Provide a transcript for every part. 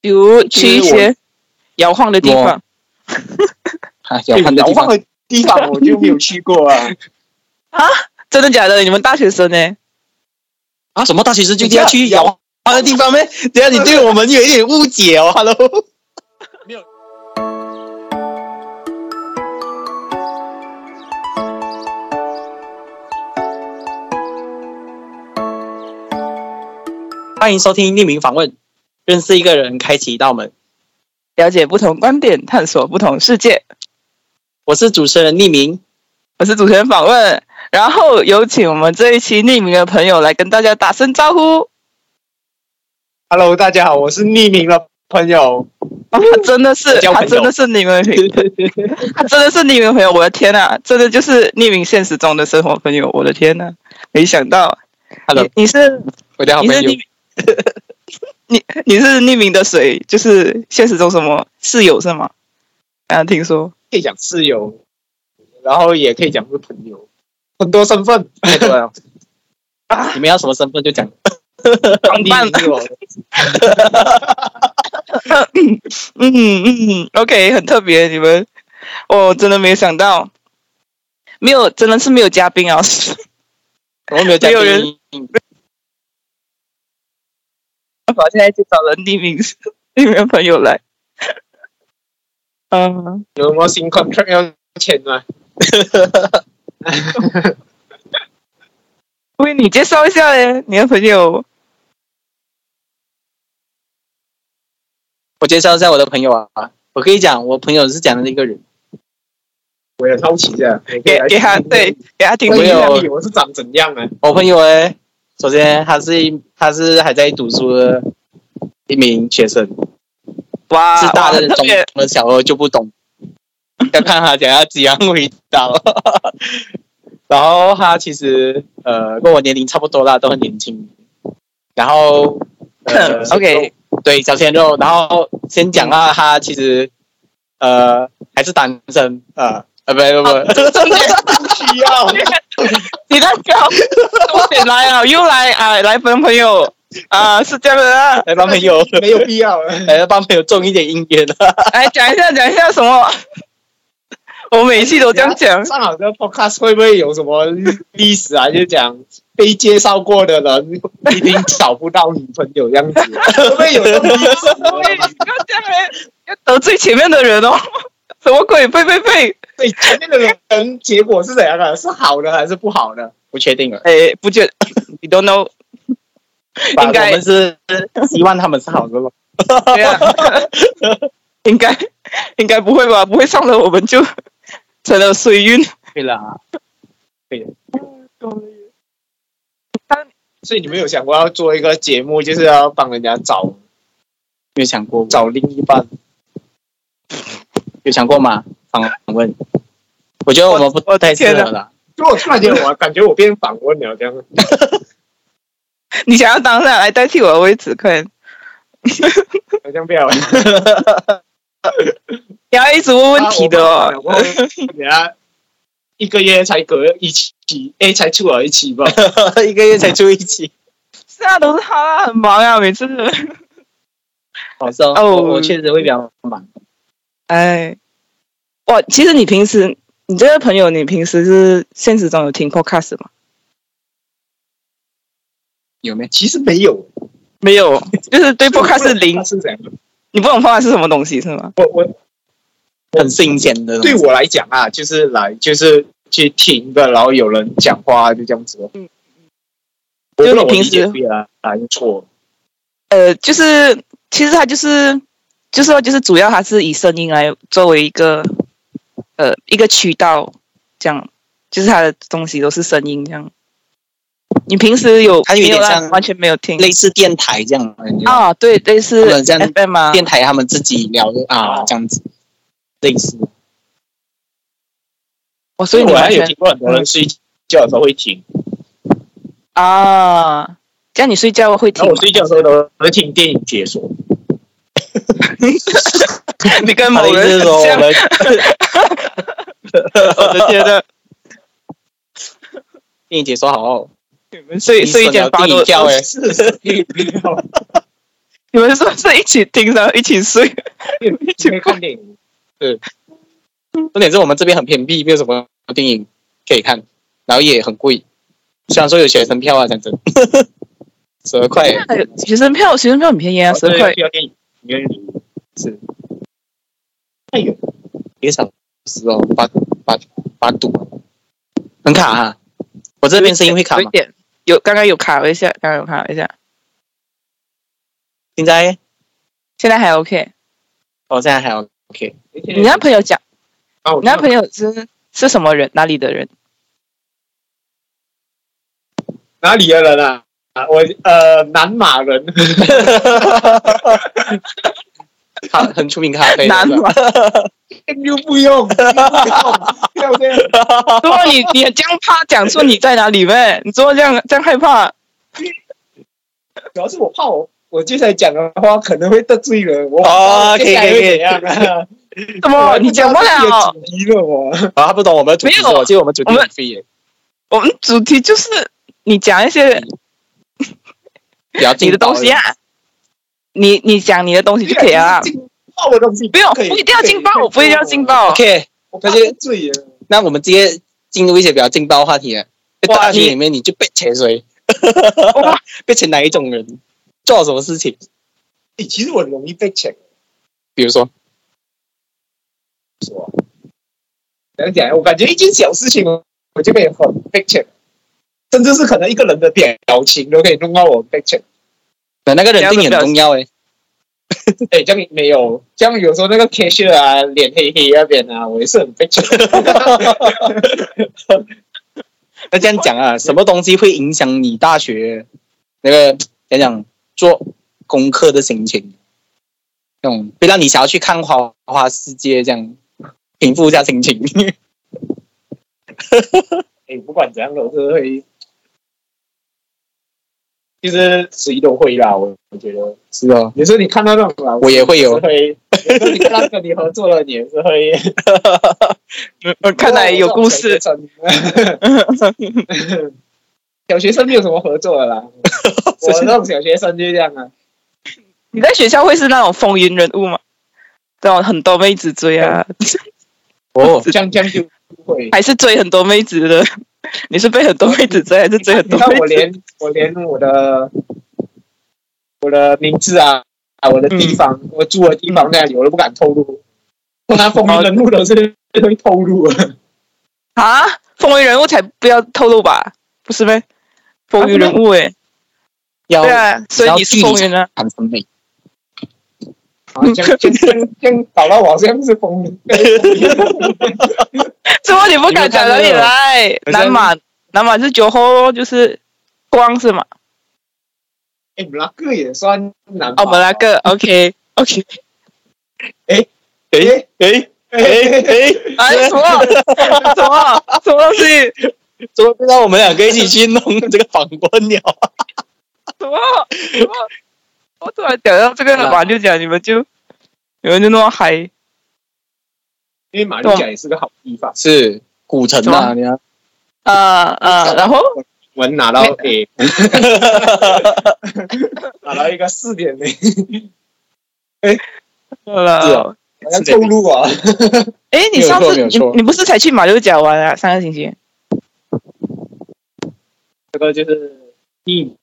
比如去一因为些摇晃的地方。啊，摇晃的摇地晃方，哎的地方我就没有去过 啊。真的假的？你们大学生呢？啊，什么大学生就一定要去摇晃的地方咩？等下你对我们有一点误解 哦，Hello。欢迎收听匿名访问，认识一个人，开启一道门。了解不同观点，探索不同世界。我是主持人匿名，我是主持人访问，然后有请我们这一期匿名的朋友来跟大家打声招呼。嗯 Hello，大家好，我是匿名的朋友。啊、他真的是，交朋他友真的是匿名朋友， 他真的是匿名朋友。我的天呐、真的就是匿名现实中的生活朋友。我的天呐、没想到 Hello 你你是我的好你朋是友匿。名， 你你是匿名的谁？就是现实中什么室友是吗？刚刚听说可以讲室友，然后也可以讲是朋友，很多身 份，太多了。你们要什么身份 就讲。当同伴匿名我嗯嗯，OK，很特别，你们，我真的没想到，没有，真的是没有嘉宾啊， 我们没有嘉没有人宾，我现在就找了匿名匿名朋友来，嗯，有什么新 contract 要签啊吗？为你介绍一下嘞，你的朋友，我介绍一下我的朋友啊。我可以讲，我朋友是讲的那个人。我也好奇的，给给他对，给他听我听也啊没有想你我是长怎样 啊？我朋友哎，首先他是一他是还在读书的一名学生，哇，是大啊哇的很特 中别，的小二就不 懂，要看他想要怎样回答。然后他其实呃跟我年龄差不多啦，都很年轻。然后呃 OK 对小鲜肉，然后先讲啊，他其实呃还是单身啊啊不不不，需要你太高，快点来啊，又来啊，来朋朋友啊，是这样的啊，来帮 朋友 没有必要啊。来帮朋友种一点姻缘啊。来哎讲一下讲一下什么，我每一期都这样讲。上好的 podcast 会不会有什么历史啊？就讲被介绍过的人一定找不到女朋友这样子，会不会有这种历史 喂啊？不要这样哎，要得罪前面的人哦！ 什么鬼？呸呸呸！对，前面的人结果是怎样的？是好的还是不好的？不确定了，啊哎，不觉，you don't know，应该我们是希望他们是好的吧。对啊， 应该应该不会吧？不会上了我们就 成了水晕。对啦，所以你们有想过要做一个节目，就是要帮人家找没有想过，找另一半？有想过吗？访问，我觉得我们不我太适天哪合了。 如果突然间我感觉我变访问了这样，你想要当下来代替我的位置，快点！好像不要了。你要一直问问题的啊哦。我我等下一个月才隔一期，哎，才出了一期吧。一个月才出一期，是啊，都是他啦，很忙啊，每次。 好说哦我我确实会比较忙。哎，哇，其实你平时，你这个朋友，你平时是现实中有听 podcast 吗？有没有？其实没有，没有，就是对 podcast 零他， 是怎样的？你不懂 podcast 是什么东西是吗？我我很新鲜的东西，对我来讲啊，就是来就是去听的，然后有人讲话就这样子咯。嗯我不知道就我你平理解时对了还是错？呃，就是其实它就是就是说就是主要它是以声音来作为一个呃一个渠道，这样就是它的东西都是声音这样。你平时有它有没有点啦像完全没有听类似电台这样的，你知道吗啊？对，类似啊他们这样 FM 吗？电台他们自己聊的啊，这样子类似。哦，所以你我完还有全听过很多人睡觉的时候会听，啊，这样你睡觉会听然后吗我？睡觉的时候都会听电影解说。你 跟他的某意思人是说，很我像，们哦我啊觉得电影解说好哦，你们睡睡一讲间房电都影票哎，是是，你们是不是一起听然后一起睡？一起看电影。重点是我们这边很偏僻，没有什么电影可以看，然后也很贵。虽然说有学生票啊，讲真， 十二块还有哎学生票，学生票很便宜啊，十块哦对。要电影院里是太远，一个小时哦，八八八度，很卡啊。我这边声音会卡有一吗？点，有刚刚有卡了一下，刚刚有卡了一下，现在现在还 OK。哦，现在还 OK。你那朋友讲，啊，我你那朋友是是什么人？哪里的人？哪里的人啊？啊，我呃，南马人，咖很出名咖啡，南是吧 马。又不 用，不用这样，如果你你这样怕讲出你在哪里呗，你怎么这样这样害怕？主要是我怕我我接下来讲的话可能会得罪人，我哦可以可以可以怎样啊？怎么你讲不哦了？主题了我，啊，他不懂我们的主题是吧，没有我记得我们主题我们很飞耶，我们主题就是你讲一些比较劲你的爆东西啊，你你讲你的东西就可以了 啊。劲爆的东西不用，可以不一定要劲爆，我不一定要劲，爆。 OK，我怕得罪人。那我们直接进入一些比较劲爆话题了。在哇大学你里面你就被潜水，哇被潜哪一种人，做了什么事情？诶，其实我容易被抢，比如说，说怎样讲？我感觉一件小事情，我就被很被抢，甚至是可能一个人的表情都可以弄到我被抢。那那个人定很重要诶，哎，这样没有，这样有时候那个 cashier 啊，脸黑黑那边啊，我也是很被抢。那这样讲啊，什么东西会影响你大学那个讲讲做功课的心情？那种会让你想要去看花花世界，这样平复一下心 情。哎，不管怎样，我是会，其实谁都会啦。我我觉得，是哦，有时候你看到那种老师，我也会 有是会，有时候你看到跟你合作的，你也是会。 看来有故事。小学生。小学生没有什么合作 的啦，我那种小学生就这样啊，你在学校会是那种风云人物吗？这种很多妹子追啊，哦，这样这样就不会。还是追很多妹子的？ 你是被很多妹子追， 还是追很你多看妹我子？连我连我的我的名字啊啊我的嗯地方、我住的地方那里我都不敢透露，我拿哦风云人物都是会透露 的。啊，风云人物才不要透露吧？不是呗？风云人物哎、要对啊，所以你是风云啊。产生美。啊，这样这样 这样搞到我好像是哎风 云，怎么你不敢讲哪里来？有看到南马，南马是酒后就是光是吗？哎，马拉哥也算南哦，马马拉哥，OK OK，哎诶啊诶诶诶，哎，什么什么什么东西？怎么不让我们两个一起去弄这个访问鸟？啊什么什么？我突然讲到这个好啦马就讲你们就你们就那么嗨，因为马六甲也是个好地方。 是古城啊，你看，啊啊，然后我拿到 A，拿到一个四点零， 好了是啊好像透露啊，哎，你上次没有你错没有错你不是才去马六甲玩啊？上个星期这个就是一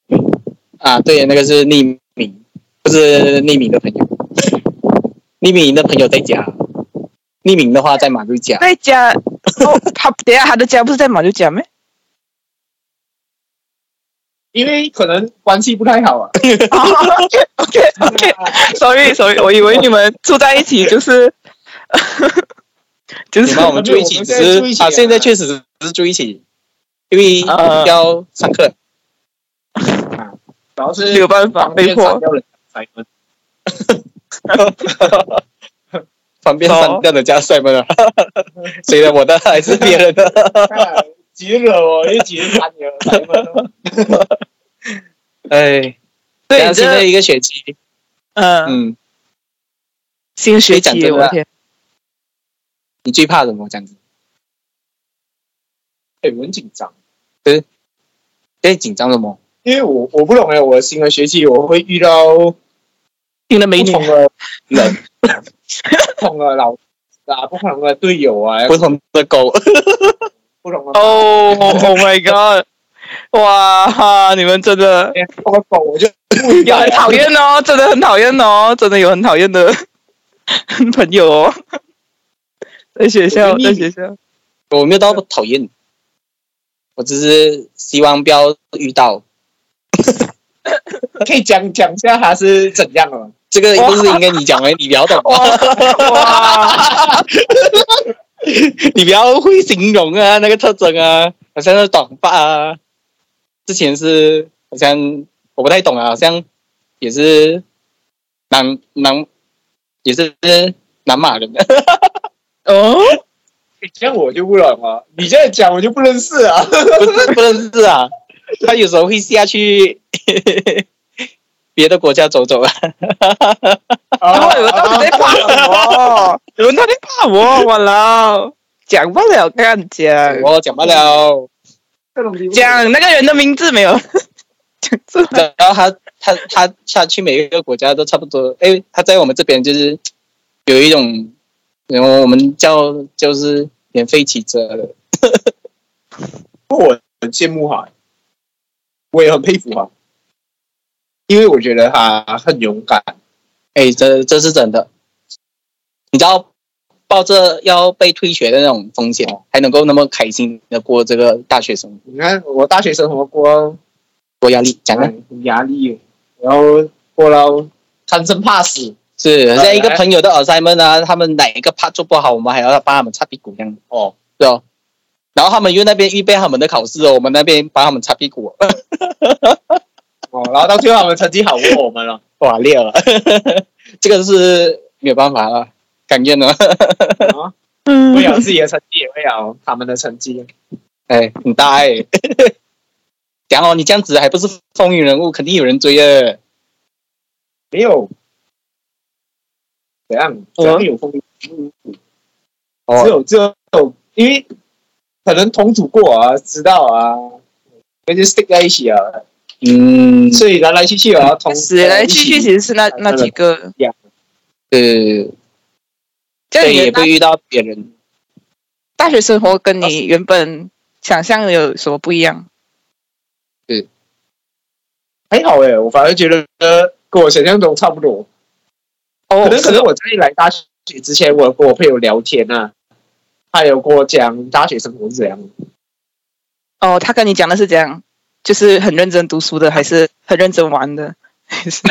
啊，对，那个是匿名，不是匿名的朋友，匿名的朋友在家，匿名的话在马六甲，在家，哦，他等一下他的家不是在马六甲 咩？因为可能关系不太好 啊。 OK OK OK。sorry sorry，我以为你们住在一起就是， 就 你是帮我们住一起，只是啊，现在确实是住一起，因为要上课，主要是没有办法方便被迫删掉人家 的方便删哦掉人 家帅门了，谁的我的还是别人的？才能，哎急了哦我，又急了你了，哦才能哎，对，新的这一个学期，嗯，嗯，新学讲期，真的啊我的天，你最怕什么？这样子， 哎，我很紧张，哎，紧张什么？因为我我不懂哎，我新的学期我会遇到听得没不女同的 人，不同的老师啊，不同的队友啊，不同的狗。 不同的哦，Oh my god！哇，你们真的连哎我狗我就不哎一 有样很讨厌哦，真的很讨厌哦，真的有很讨厌的 朋友哦，在学校，我觉在得学校，我没有到讨厌，我只是希望不要遇到可以讲讲一下他是怎样的吗？这个，不是应该你讲哎，你比较懂吧，哇， 你比较会形容啊，那个特征啊，好像是短发啊，之前是好像我不太懂啊，好像也是南南也是南马人，啊哦，哎这样我就不懂了，你这样讲我就不认识 啊。不是不认识啊，他有时候会下去 别的国家走走啊，啊哇你们哦到底在怕什么？你们到底怕我？我老讲不了，干讲我讲不了。这种地方讲那个人的名字没有？讲出来然后他他他他去每一个国家都差不多，哎，他在我们这边就是有一种，然后我们叫就是免费骑车的，我很羡慕他，我也很佩服他，因为我觉得他很勇敢。哎，这这是真的，你知道抱着要被退学的那种风险，还能够那么开心的过这个大学生你看我大学生活过活，多压力，讲啊的哎有压力，然后过了贪生怕死是好像一个哎朋友的 assignment 啊，他们哪一个 part 做不好，我们还要帮他们擦屁股这样，哦，对哦。然后他们又那边预备他们的考试哦，我们那边帮他们擦屁股，啊哦，然后到最后他们成绩好过我们了。 哇，裂了， 这个是没有办法了， 感觉呢，啊，为了自己的成绩，也为了他们的成绩，哎，很大哎、 讲哦，你这样子还不是风云人物，肯定有人追的。没有怎样怎样有风云，只哦，有只有因为可能同组过啊，知道啊，那就 stick 在一起啊，嗯，所以来来去去啊，同死来来去去其实是那那几个，是，这样对，也你不的会遇到别人。大学生活跟你原本想象的有什么不一样？还好诶，我反而觉得跟我想象中差不多。哦可，能可能我在来大学之前，我有跟我朋友聊天啊，他有跟我讲大学生活是怎样的。哦，他跟你讲的是这样，就是很认真读书的，还是很认真玩 的？还是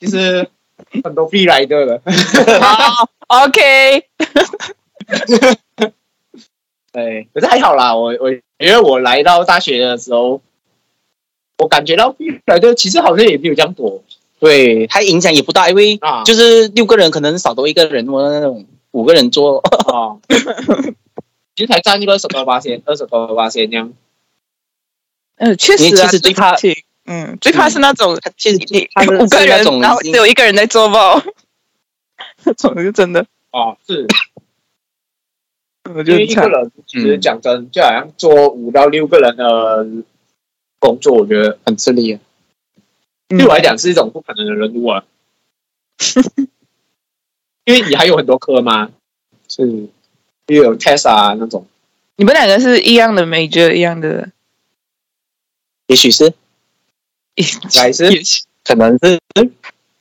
其实很多必来的了，好，OK，哦对，可是还好啦，我我因为我来到大学的时候，我感觉到必来的其实好像也没有这样多对，他影响也不大，因为啊，就是六个人可能少多一个人，我那种五个人做， 啊，其实才占一个十多八千，二十多八千这样。嗯，确你实啊，其实最怕这种事情，嗯，最怕是那种其实你他是五个是那人种，然后只有一个人在做报， 那种是真的，哦，是我觉得因为很一个惨。人其实讲真，就好像做五到六个人的工作，我觉得很吃力啊。对我来讲是一种不可能的任务啊， 因为你还有很多科嘛，是，又有 test 啊那种，你们两个是一样的 major，一样的，也许是，来是可能是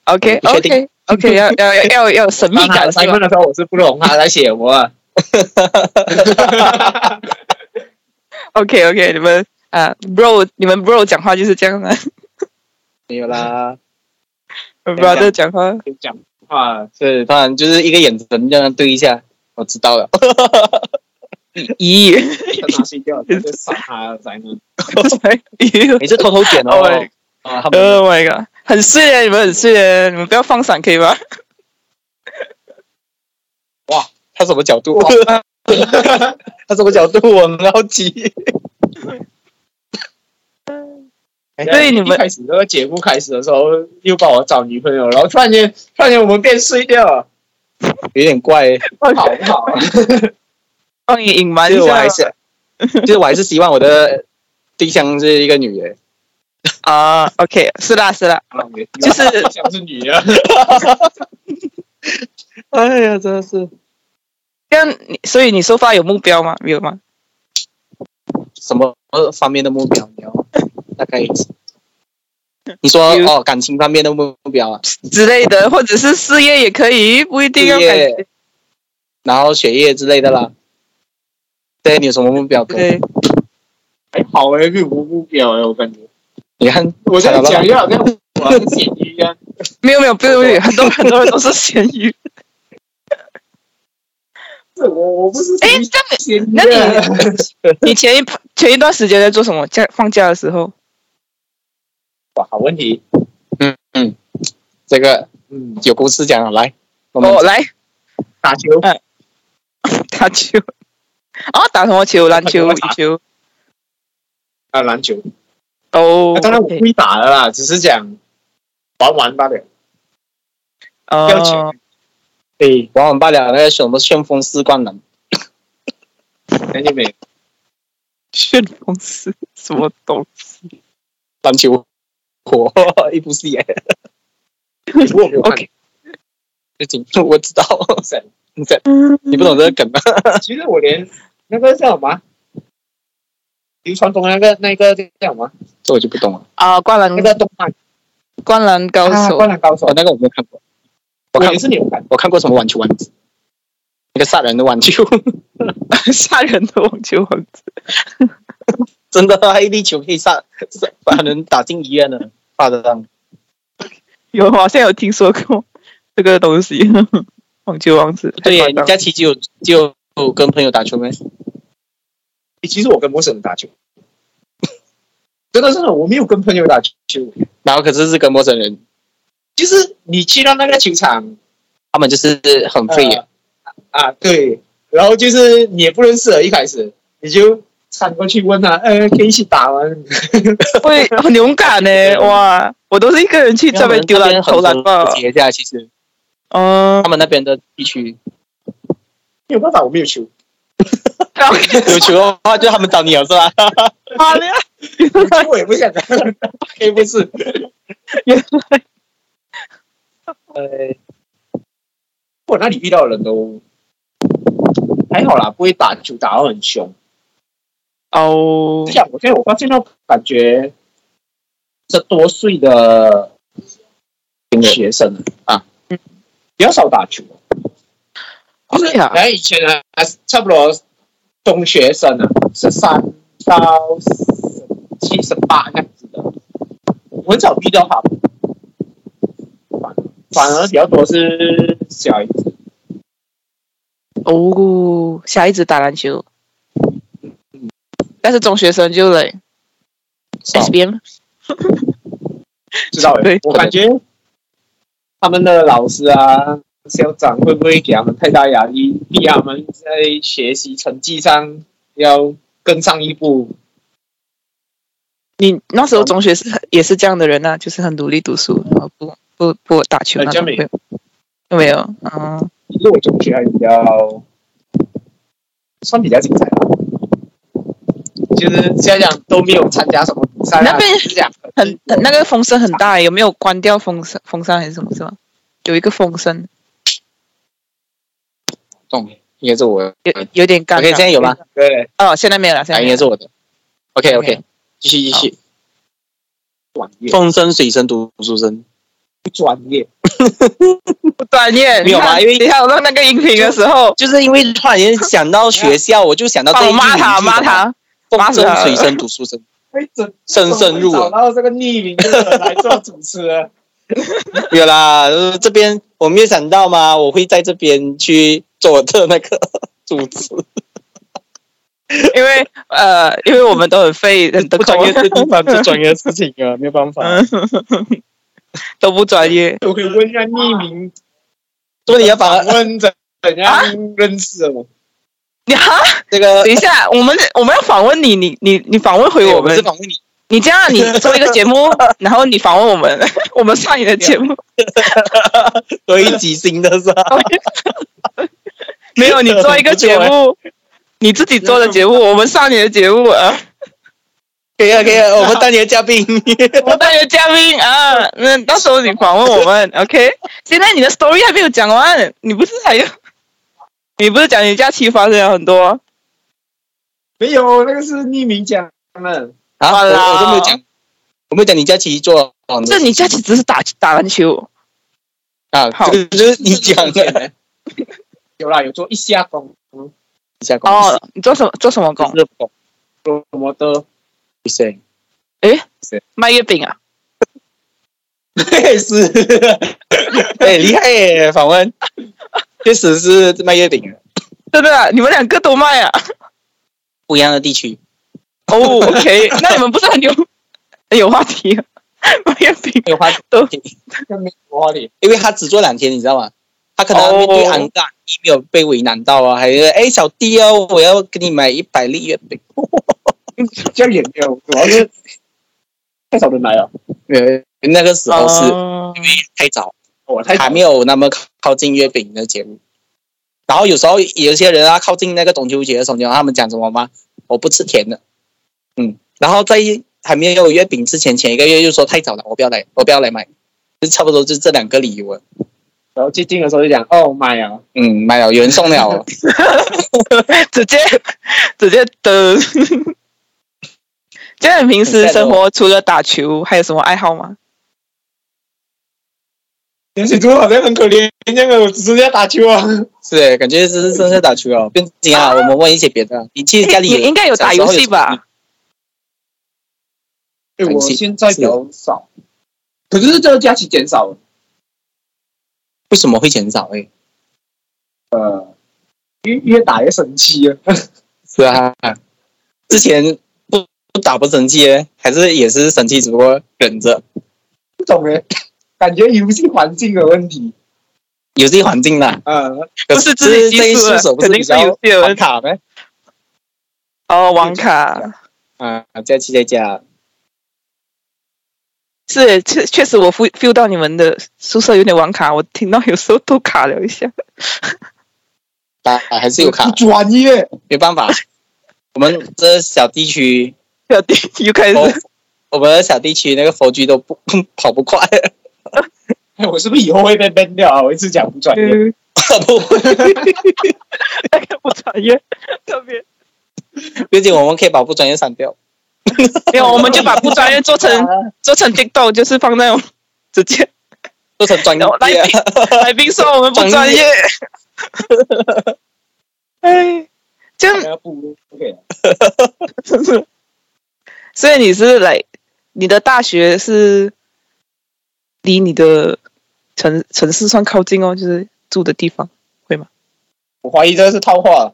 OK 我不确定 OK OK，要要要要 要有神秘当他感是三吧分？的时候，我是不懂 他在写我、啊。 OK OK，你们啊，bro，你们 bro 讲话就是这 样的没有啦， ，brother 讲话，就讲话是，当然就是一个眼神这样对一下，我知道了。 咦，等他睡觉，他就杀他才 能。咦 每次偷偷剪 Oh 哦 my-，啊，他们，Oh my god，很碎耶，你们很碎耶，你们不要放闪可以吗？他什么角 度？他什么角度？我很好奇。哎对你们一开始这个节目开始的时候，又帮我找女朋友，然后突然间，突然间我们变碎掉啊了，有点怪、欸，好啊不好？ 帮你隐瞒其一实我下 还，是，其实我还是希望我的对象是一个女人，啊、o k 是啦是啦，就是像是啊女的，哎呀，真的是这样你，所以你收发有目标吗？没有吗？什么方面的目标？ 你要大概你说比如哦，感情方面的目目标啊，之类 的，或者是事业也可以，不一定要事感业觉然后学业之类的啦。对你有什么目标？对，还好哎，没有目标哎，我感觉。你看，我这猜到样吧讲又好像我是咸鱼一样，没有没有，不用不 用，很多很多人都是咸 鱼。这我我不是哎，咸鱼这样你咸鱼那啊。你你前一前一段时间在做什么？假放假的时候，哇，好问题。嗯这个嗯，有故事讲啊，来，我们我、哦来 打球打球。哦，打什么球？篮球、我羽打球。啊，篮球。哦啊，当然我 OK 会打的啦，只是讲玩玩罢了。要哦求，对，玩完罢了，那个什么旋风四冠男，看见没？旋风是什么东西篮球火 一部戏耶，我没有看。 ？OK，最近我知 道，你在你不懂这个梗吗？啊其实我连那个叫什么流传中的那个那个叫什么这我就不懂了，啊？灌篮那个动漫灌篮高啊《手灌篮高手哦，》，那个我没有看过，我我看也是没有看。我看过什么网球王子，那个杀人的网球， 吓人的网球王子。真的啊，一粒球可以杀，把人打进医院的，夸张。有，我好像有听说过这个东西，网球王子。对耶，太你夸张假期就就跟朋友打球没？诶其实我跟陌生人打球，真的真的我没有跟朋友打球，然后可是是跟陌生人，就是你去到那个球场，他们就是很呃废耶，啊，对，然后就是你也不认识了，一开始你就掺过去问他，呃，可以一起打吗？会很勇敢呢、哇！我都是一个人去这边丢篮投篮吧。结下来其实嗯他，们那边的地区没有办法，我没有球，有球的话，就他们找你了是吧？妈的呀！有球我也不想打， 也不是，原来呃，我那里遇到的人都还好啦，不会打球打到很凶。哦这，样，我现在我发现到感觉，这多岁的学生啊，嗯比较少打球，就是对啊哎以前啊，差不多中学生啊，十三到十七十八那样子的，我很少遇到他们，反反而比较多是小孩子，哦，小孩子打篮球，但是中学生就来少 SBM 知道哎对欸我感觉他们的老师啊、校长会不会给他们太大压力，逼他们在学习成绩上要更上一步？你那时候中学是也是这样的人呐、就是很努力读书，然后不不不打球呃那这种样没有。有没有？嗯，其实我中学还比较算比较精彩吧，就是家长都没有参加什么比赛、啊，那边就是这样很很那个风声很大，有没有关掉风扇？风扇还是什么是吧？有一个风声，懂， 应该是我的，有有点干。嗯 OK，现在有吗？对，哦，现在没有了，现啊，在没应该有是我的。OK OK，继续继续，专业风生水生读书生，不专业？不专业。没有你看吧因为啊等一下我弄那个音频的时候，就是因为突然间想到学校，我就想到帮这我一句骂他，名字骂的嘛，他。骂风生他水生读书生，哎，怎深深入找到这个匿名的人来做主持啊人，没有啦，呃这边我没有想到嘛，我会在这边去做我的那个 主持，因为呃，因为我们都很废，很 不专业的的地方做专业的事情啊， 没有办法。嗯都不专 业。我可以问一下匿名所以你要把问怎怎样认识我？你哈，这个 等，一下，我们我们要访问你，你你你访问回我我们们是，访问 你，你这样你做一个节目，然后你访问我们，我们上你的节目。所以几星的 是吧？没有，你 做一个节目，你自己做的节目，我们上你的节目啊。可以啊，可以啊，我们当年嘉宾。我当你的嘉宾啊，那到时候你访问我们，OK？现在你的 story 还没有讲完，你不是还有？ 你不是讲你假期发生了很多？没有，那个是匿名讲的。啊，好我啦我都没有讲，我没有讲你假期做网这的你假期只是打打篮球，啊，好这个就是你讲的。有啦，有做一下工，嗯，一下公司哦，你做什么做什么工？日本做什么的？比赛，卖月饼啊？是， 哎，厉害耶，访问，确实是卖月饼的，真的、啊，你们两个都卖啊？不一样的地区。 哦，OK，那你们不是很有 有话题、啊？ 卖月饼没有花都跟美国里因为他只做两天，你知道吗？他可能面对行大，没有被为难到啊，还是哎小弟哦，我要给你买一百粒月饼，这样也没有，主要是太少人来了，呃，那个时候是哦太早，哦我太还没有那么靠近月饼的节目。然后有时候有些人啊，靠近那个中秋节的时候，你知道他们讲什么吗？我不吃甜的，嗯，然后在还没有月饼之前，前一个月就说太早了，我不要来，我不要来买，就差不多就这两个理由啊，然后接近的时候就讲哦妈呀，嗯，买了有人送了哦， 直接直接 的。这样你平时生活除了打球，还有什么爱好吗？连水珠好像哎很可怜，那个只剩下打球啊。是诶，感觉是正在打球哦。变紧啊，我们问一些别的。你去家里哎你应该有打游戏吧？？ 哎，我现在比较少，可是这个假期减少了，啊为什么会减少？哎诶，呃，越越打越生气啊。 是啊，之前不不打不生气诶，还是也是生气，只不过忍着。不懂哎，感觉游戏环境的问题。游戏环境啦，呃，可不是自己这一技术出啊手不肯定比是较游戏的问玩 卡咩？哦，网卡啊，假期在家，是确确实我 feel feel 到你们的宿舍有点网卡，我听到有时候都卡了一下。 打还是有卡不，专业，没办法。我们这小地 区，小弟又开始我我们小地区那个 4G 都不 跑不快，哎我是不是以后会被 ban 掉啊？我一直讲 不专 业，嗯不那个不专业，特别毕竟我们可以把不专业删掉。没有，我们就把不专业做哎成做成 TikTok，就是放在我们直接做成专业然后来宾来宾说我们不专业。哎，这样要不 OK，啊所以你是来，你的大学是离你的城城市算靠近哦，就是住的地方。我怀疑这是套啊话。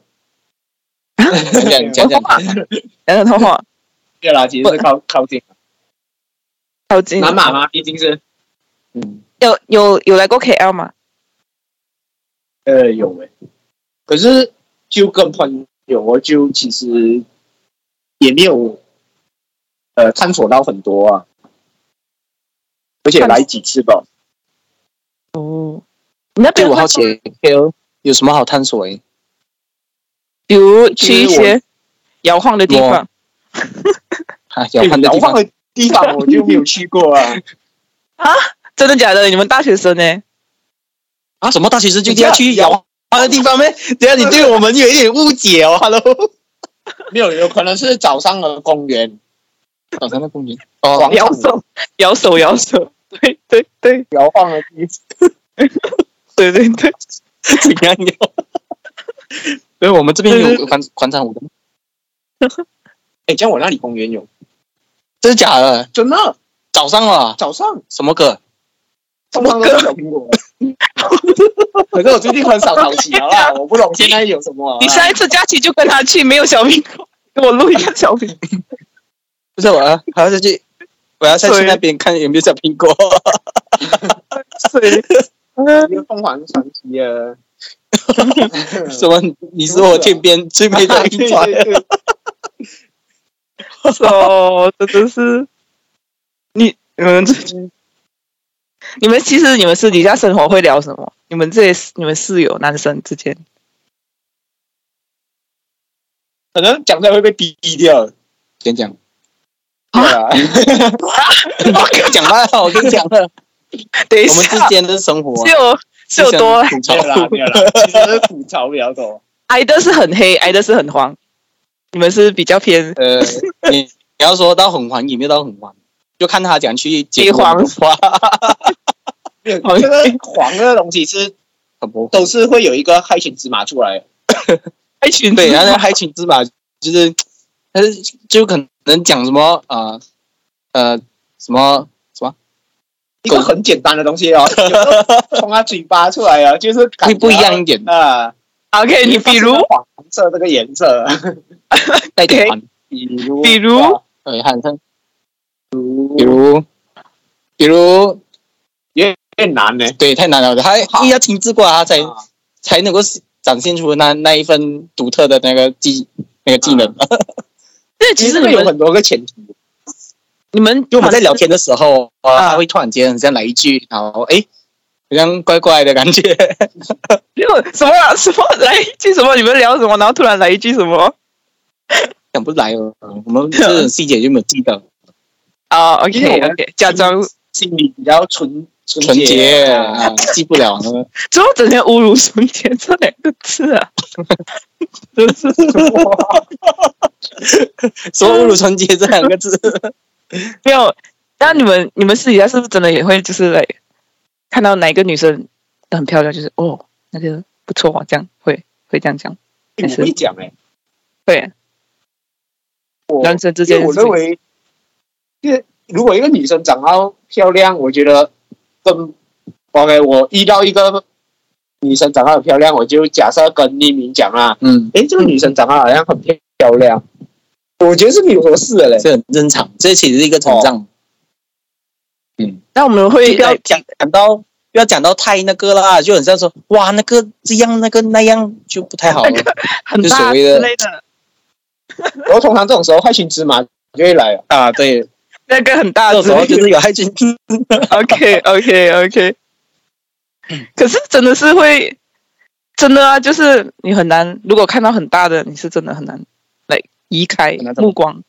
讲讲讲讲， 讲讲的话，对啦，其实是靠靠近靠近南马嘛，毕竟是嗯，有有有来过 KL 吗？呃有诶、可是就跟朋友，我就其实也没有呃探索到很多啊，而且来几次吧，哦，你那对边我会好奇，K 有什么好探索诶？比如去一其实些摇晃的地方，啊，要看的哎有摇地晃方，的地方我就没有去过啊。真的假的？你们大学生呢？啊，什么大学生就一定要去摇晃的地方咩？等下你对我们有一点误解哦，Hello。 没有，有可能是早上的公园早上的公园广哦，摇场手，摇手，摇手，对对对摇晃的地方。对对对，怎样摇？对，我们这边有广广场舞的吗，哎，像我那里公园有，真的假的？真的早上啊，早上什么歌？通常都是小苹 果。可是我最近很少早起了啦，我不懂现在有什么啊。你下一次假期就跟他去，没有小苹果，给我录一个小苹果。不是我啊，还要再去，我要再去对那边看有没有小苹果。 对，一个凤凰传奇 啊，什么？你是我天边最美的一嗯 对团。对对哦，真的是你你们这你们其实你们私底下生活会聊什么？你们这些你们室友男生之间，可能讲出来会被逼掉。先讲，对啊，我跟你讲了， 我跟你讲了，等一我们之下，间的生活是有是有多互没相有吐槽啦，没有啦，其实是吐槽比较多。挨的是很黑，挨的是很黄，你们是比较偏呃，你你要说到很黄，也没有到很黄，就看他讲去接黄花，没有好这个黄的东西是很不都是会有一个害群之马出来的，爱 群对，然后后害群之马就是，但是就可能讲什么呃呃什么什么一个很简单的东西哦，有时候从他嘴巴出来啊，就是感会觉不一样一点，啊。 OK，你比如黄色这个颜色，带点黄，比如比如对，喊声，比比如如比如越南呢，对，太难了，他好要亲自过来，他才啊才能够展现出那那一份独特的那个技那个技能。啊这其实会你有们很多个前提，你们就我们在聊天的时候，呃，啊他会突然间好像来一句，然后诶，好像怪怪的感觉。 没有什么啊什么来一句什么，你们聊什么，然后突然来一句什么想不来哦，我们这种细节就没 有记得。啊因为？OK 我们 OK，假装心里比较纯纯纯洁啊啊，记不了了。怎么整天侮辱“纯洁”这两个字啊？真是说侮辱纯洁这两个字，没有。那你们你们私底下是不是真的也会就是来看到哪个女生很漂亮，就是哦那个不错啊，这样会会这样讲， 你不会讲哎，对，我男生之因间为我认为，就是如果一个女生长到漂亮，我觉得跟 OK，我遇到一个女生长得很漂亮，我就假设跟匿名讲啊，嗯，诶，这个女生长得好像很漂亮，我觉得是没有什么事的嘞。这很正常，这其实是一个成长。那我们会不要来讲讲到不要讲到太那个啦，就很像说哇那个这样那个那样就不太好了。很就所大谓之的类的，然后通常这种时候，害群之马就会来了。啊，对，那个很大到之时候类就的。是有害群之 OK OK OK，可是真的是会，真的啊，就是你很难，如果看到很大的，你是真的很难来移开很难怎么目光，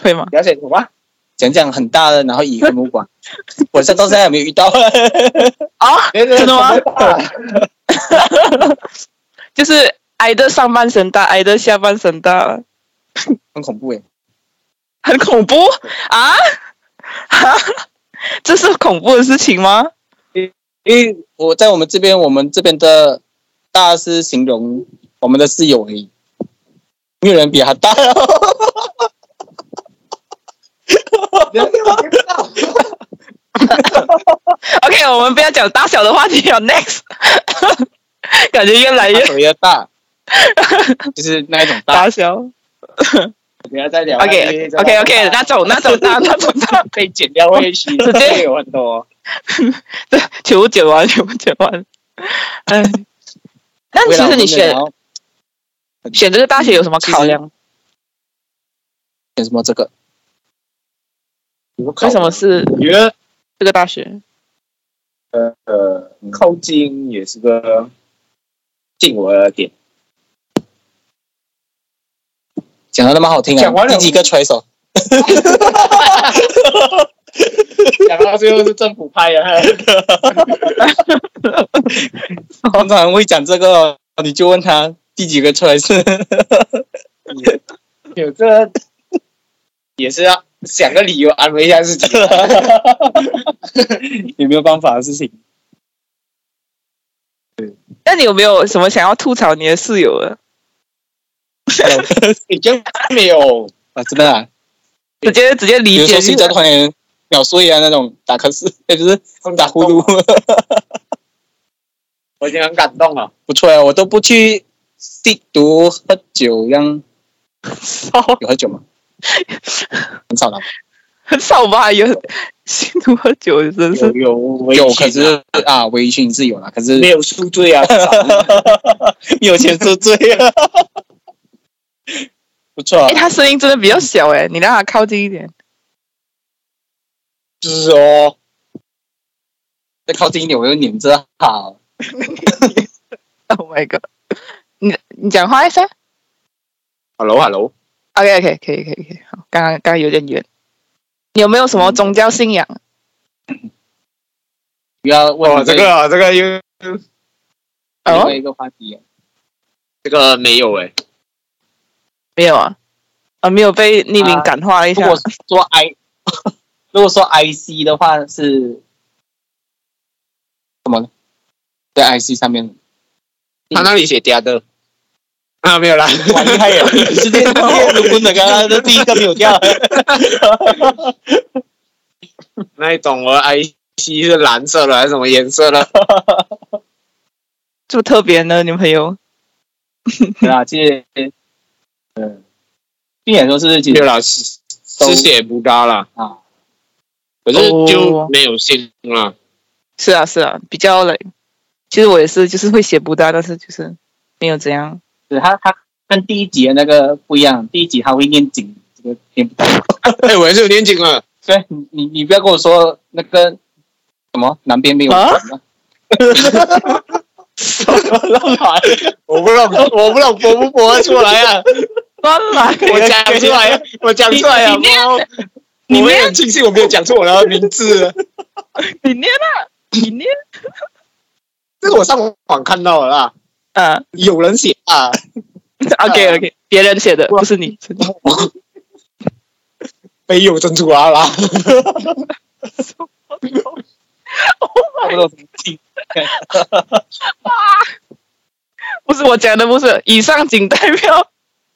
会吗？了解什么？讲讲很大的，然后以个目 光。我到现在还没有遇到， 啊，真真的吗？就是挨的上半身大，挨的下半身大，很恐怖欸诶。很恐怖啊！哈，这是恐怖的事情吗？因为我在我们这边，我们这边的大是形容我们的室友而已，没有人比他 大。了解我不知道 OK，我们不要讲大小的话题了，Next，感觉越来他越手越大，就是那一种大。大小。不要再聊下去。 OK 真的 OK OK，那种那种大那种大，被剪掉会虚，直接会有很多。对， 全部剪完，全部剪完。哎，那其实你选然后选这个大学有什么考量？选什么这个？为什么是我觉得这个大学？呃呃，靠近也是个近我的 点。讲的那么好听啊！讲完了第几个 choice？哦 讲到最后是政府拍的， 通常会讲这个哦，你就问他第几个 choice。 有这也是要想个理由安慰一下自 己。有没有办法的事情？ 那你有没有什么想要吐槽你的室友的？你就没有哦啊，真的啊！直接直接理比如解说睡觉突然间秒睡啊那种打瞌睡， 哎，就是打呼噜。我已经很感动了。不错啊呀，我都不去吸毒、喝酒，这样哦少有喝酒吗？很少的，很少吧？有吸毒喝酒真是有有微有醺啊可是啊，微醺是有啦，可是没有宿醉 啊，有钱是醉啊。 不错啊哎，，他声音真的比较小哎，你让他靠近一点。就是哦，再靠近一点我就拧着好。 Oh my god！你你讲话一下 Hello Hello， OK OK 可以可以可以，好，刚刚刚刚有点远。你有没有什么宗教信仰？不要问哦哇，你这个啊这个又另哦外，一个话题啊，这个没有哎、没有啊，啊，没有被匿名啊感化一如下。果说 I，如果说 IC 的话是怎么了？在 IC 上面，他那里写嗲的啊，没有啦，哇厉害耶！你是这这这不能刚刚这第一个没有掉， 那一种我 IC 是蓝色的还是什么颜色的？这么特别呢，女朋友？对啊，其实嗯，并且说是 其没有实啦，是是写不高啦啊，可是就哦没有信啦。是啊是啊，比较累。其实我也是，就是会写不大，但是就是没有怎样。对他他跟第一集的那个不一样，第一集他会念经，这个念不到。 哎、我也是有念经了，所以你你你不要跟我说那个什么南边没有啊船啊。什么乱来？我不知道，我不知道播不播得出来啊！乱来！我讲出来，我讲出来啊！你你我你我也念很庆幸我没有讲错我的名字，你念啊，你念这个我上网看到了啦，啊。有人写啊， OK OK，别人写的不是 你。是你没有珍珠啊啦，Oh 差不多什么经不是我讲的，不是。以上仅代表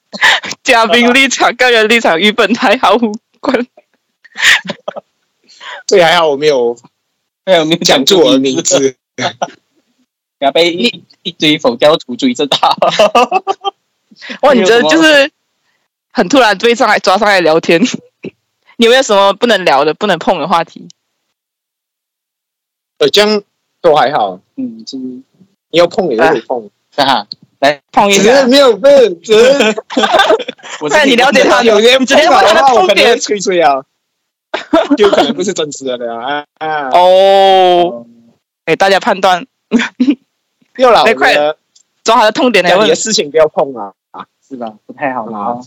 嘉宾立场、个人立场与本台毫无关。所以还好我没有没有没有讲出我的名，字。然后被一一堆佛教徒追着打。哇，你这没有什就么是很突然被上来抓上来聊天。 你有没有什么不能聊的、不能碰的话题？呃，这样都还好，嗯，是你要碰也是可以碰，是哈，来碰一只下是。没有被，只是我那是你了解他有些碰直接到问的他话，哎我痛可能点会吹吹啊，就可能不是真实的了啊啊！哦，给大家判断，又老那快了，抓他的痛点来家里问的事情不要碰 啊啊！是吧？不太好啦。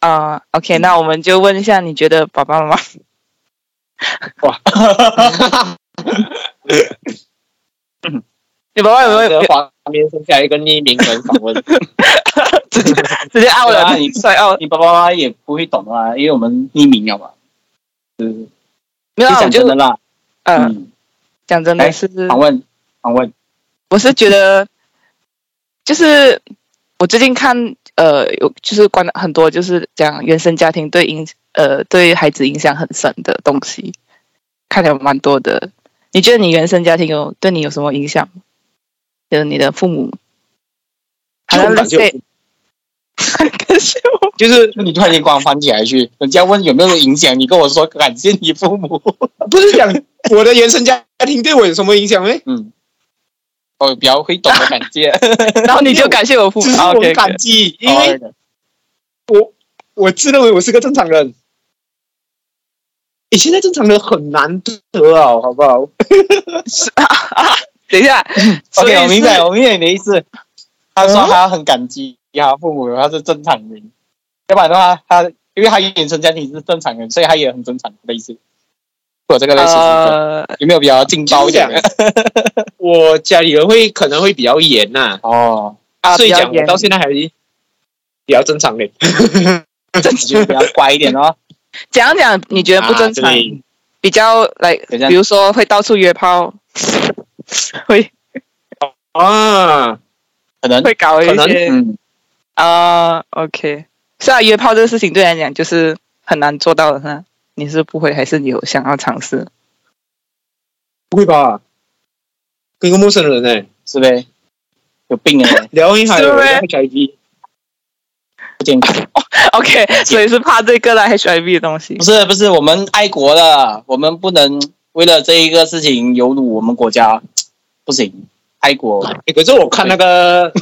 啊、o k 那我们就问一下，你觉得爸爸妈妈 你爸爸有没有有华面剩下一个匿名人访问，直接直接傲对啊了？你 帅傲你爸爸妈妈也不会懂啊，因为我们匿名了嘛。嗯，没有啊？就我讲真就的啦。嗯，嗯，讲真的哎是，访问访问，我是觉得，就是我最近看呃，有就是关很多就是讲原生家庭对影呃对孩子影响很深的东西，看了蛮多的。你觉得你原生家庭有对你有什么影响吗？就是你的父母，好像就对，感谢我，就是就你突然间光翻起来去，人家问有没有影响，你跟我说感谢你父母。 不是讲我的原生家庭对我有什么影响呢？嗯，我比较会懂得感谢， 然后你就感谢我 父母只是啊我，OK，很感激，因偶尔为的我我自认为我是个正常人。你现在正常人很难得啊，好不好？等一 下所以 OK，我明白，是我明白你的意思。他说他很感激他父母，他是正常人，要不然的话，他因为他原生家庭是正常人，所以他也很正常类似。我这个类似是呃，有没有比较劲爆一点的？我家里人会可能会比较严呐、 哦，啊所以比较讲我严到现在还比较正常嘞。你就比较乖一点哦。讲讲你觉得不正常，啊对比较来，等一下比如说会到处约炮， 会啊，可能，会搞一可些嗯，啊、o k 是啊，约炮这个事情对你来讲就是很难做到的，是吧你是不会，还是你有想要尝试？ 不会吧？跟个陌生人呢、是呗，有病哎，聊一下是我的咩 HIV，不健康。 OK，所以是怕这个啦 HIV 的东西 不。是不是，我们爱国的，我们不能为了这一个事情有辱我们国家，不行，爱国。欸 可是我看那个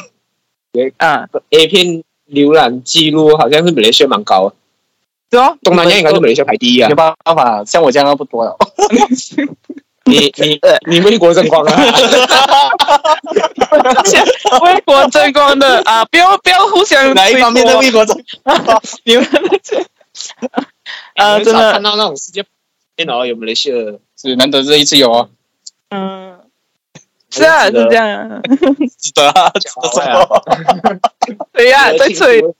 嗯， A 片浏览记录，好像是马来西亚蛮高啊，对哦，东南亚应该是马来西亚排第一啊没。办法，像我这样的不多了。 你 你呃你为国争光啊！为国争光 的啊！不要不要互相嗯哪一方面的为为国争？你们 那些 啊，很真少的看到那种世界电脑有马来西亚的，是难得这一次有哦，嗯，是啊，是值得 这样啊，值得啊，值得什么？对 呀、值得在庆祝吹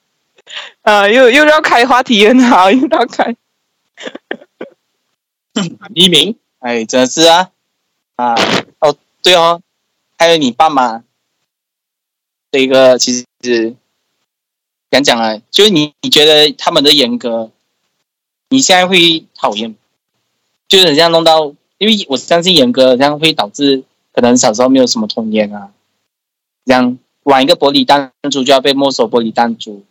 啊，又又要开话题，很好，又要开，黎明哎，真的是啊啊哦，对哦，还有你爸妈，这个其实讲讲啊，就是你你觉得他们的严格，你现在会讨厌吗，就是人家弄到，因为我相信严格这样会导致可能小时候没有什么童年啊，这样玩一个玻璃弹珠就要被没收玻璃弹珠，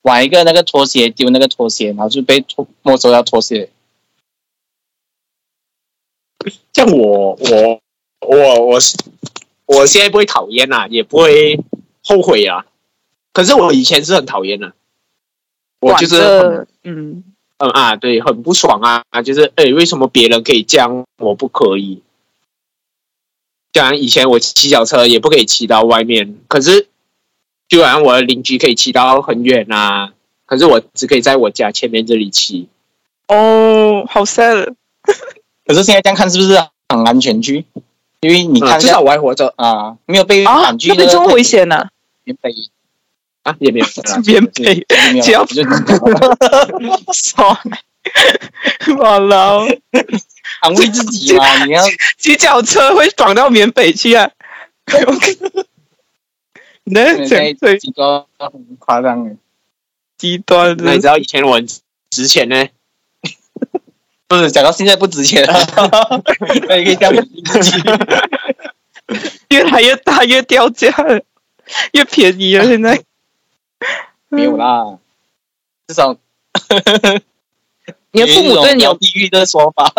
玩一个那个拖鞋丢那个拖鞋，然后就被拖没收掉拖鞋。像我，我，我，我是，我现在不会讨厌啦，也不会后悔啊。可是我以前是很讨厌的，啊我就是管很着嗯，嗯啊，对，很不爽啊，就是哎，为什么别人可以这样，我不可以？像以前我骑脚车也不可以骑到外面，可是就好像我的邻居可以骑到很远啊，可是我只可以在我家前面这里骑。哦，好 sad，可是现在这样看是不是很安全区？因为你呃嗯，看至一下少我还活着啊、没有被啊反，拒那边这么危回险呐、缅北，啊，也没有 啊，缅北， 没有只要就爽，我老安慰自 己啊嘛。你要骑脚车会撞到缅北去 啊！你在现在讲最几个很夸张的，极端那的你知道以前我很值钱呢？不是讲到现在不值钱了， 那你可以这样鼓励自己。越来越大，越掉价了，越便宜啊了。现在没有，啦，至少你的父母对你有有一种聊地狱的说法，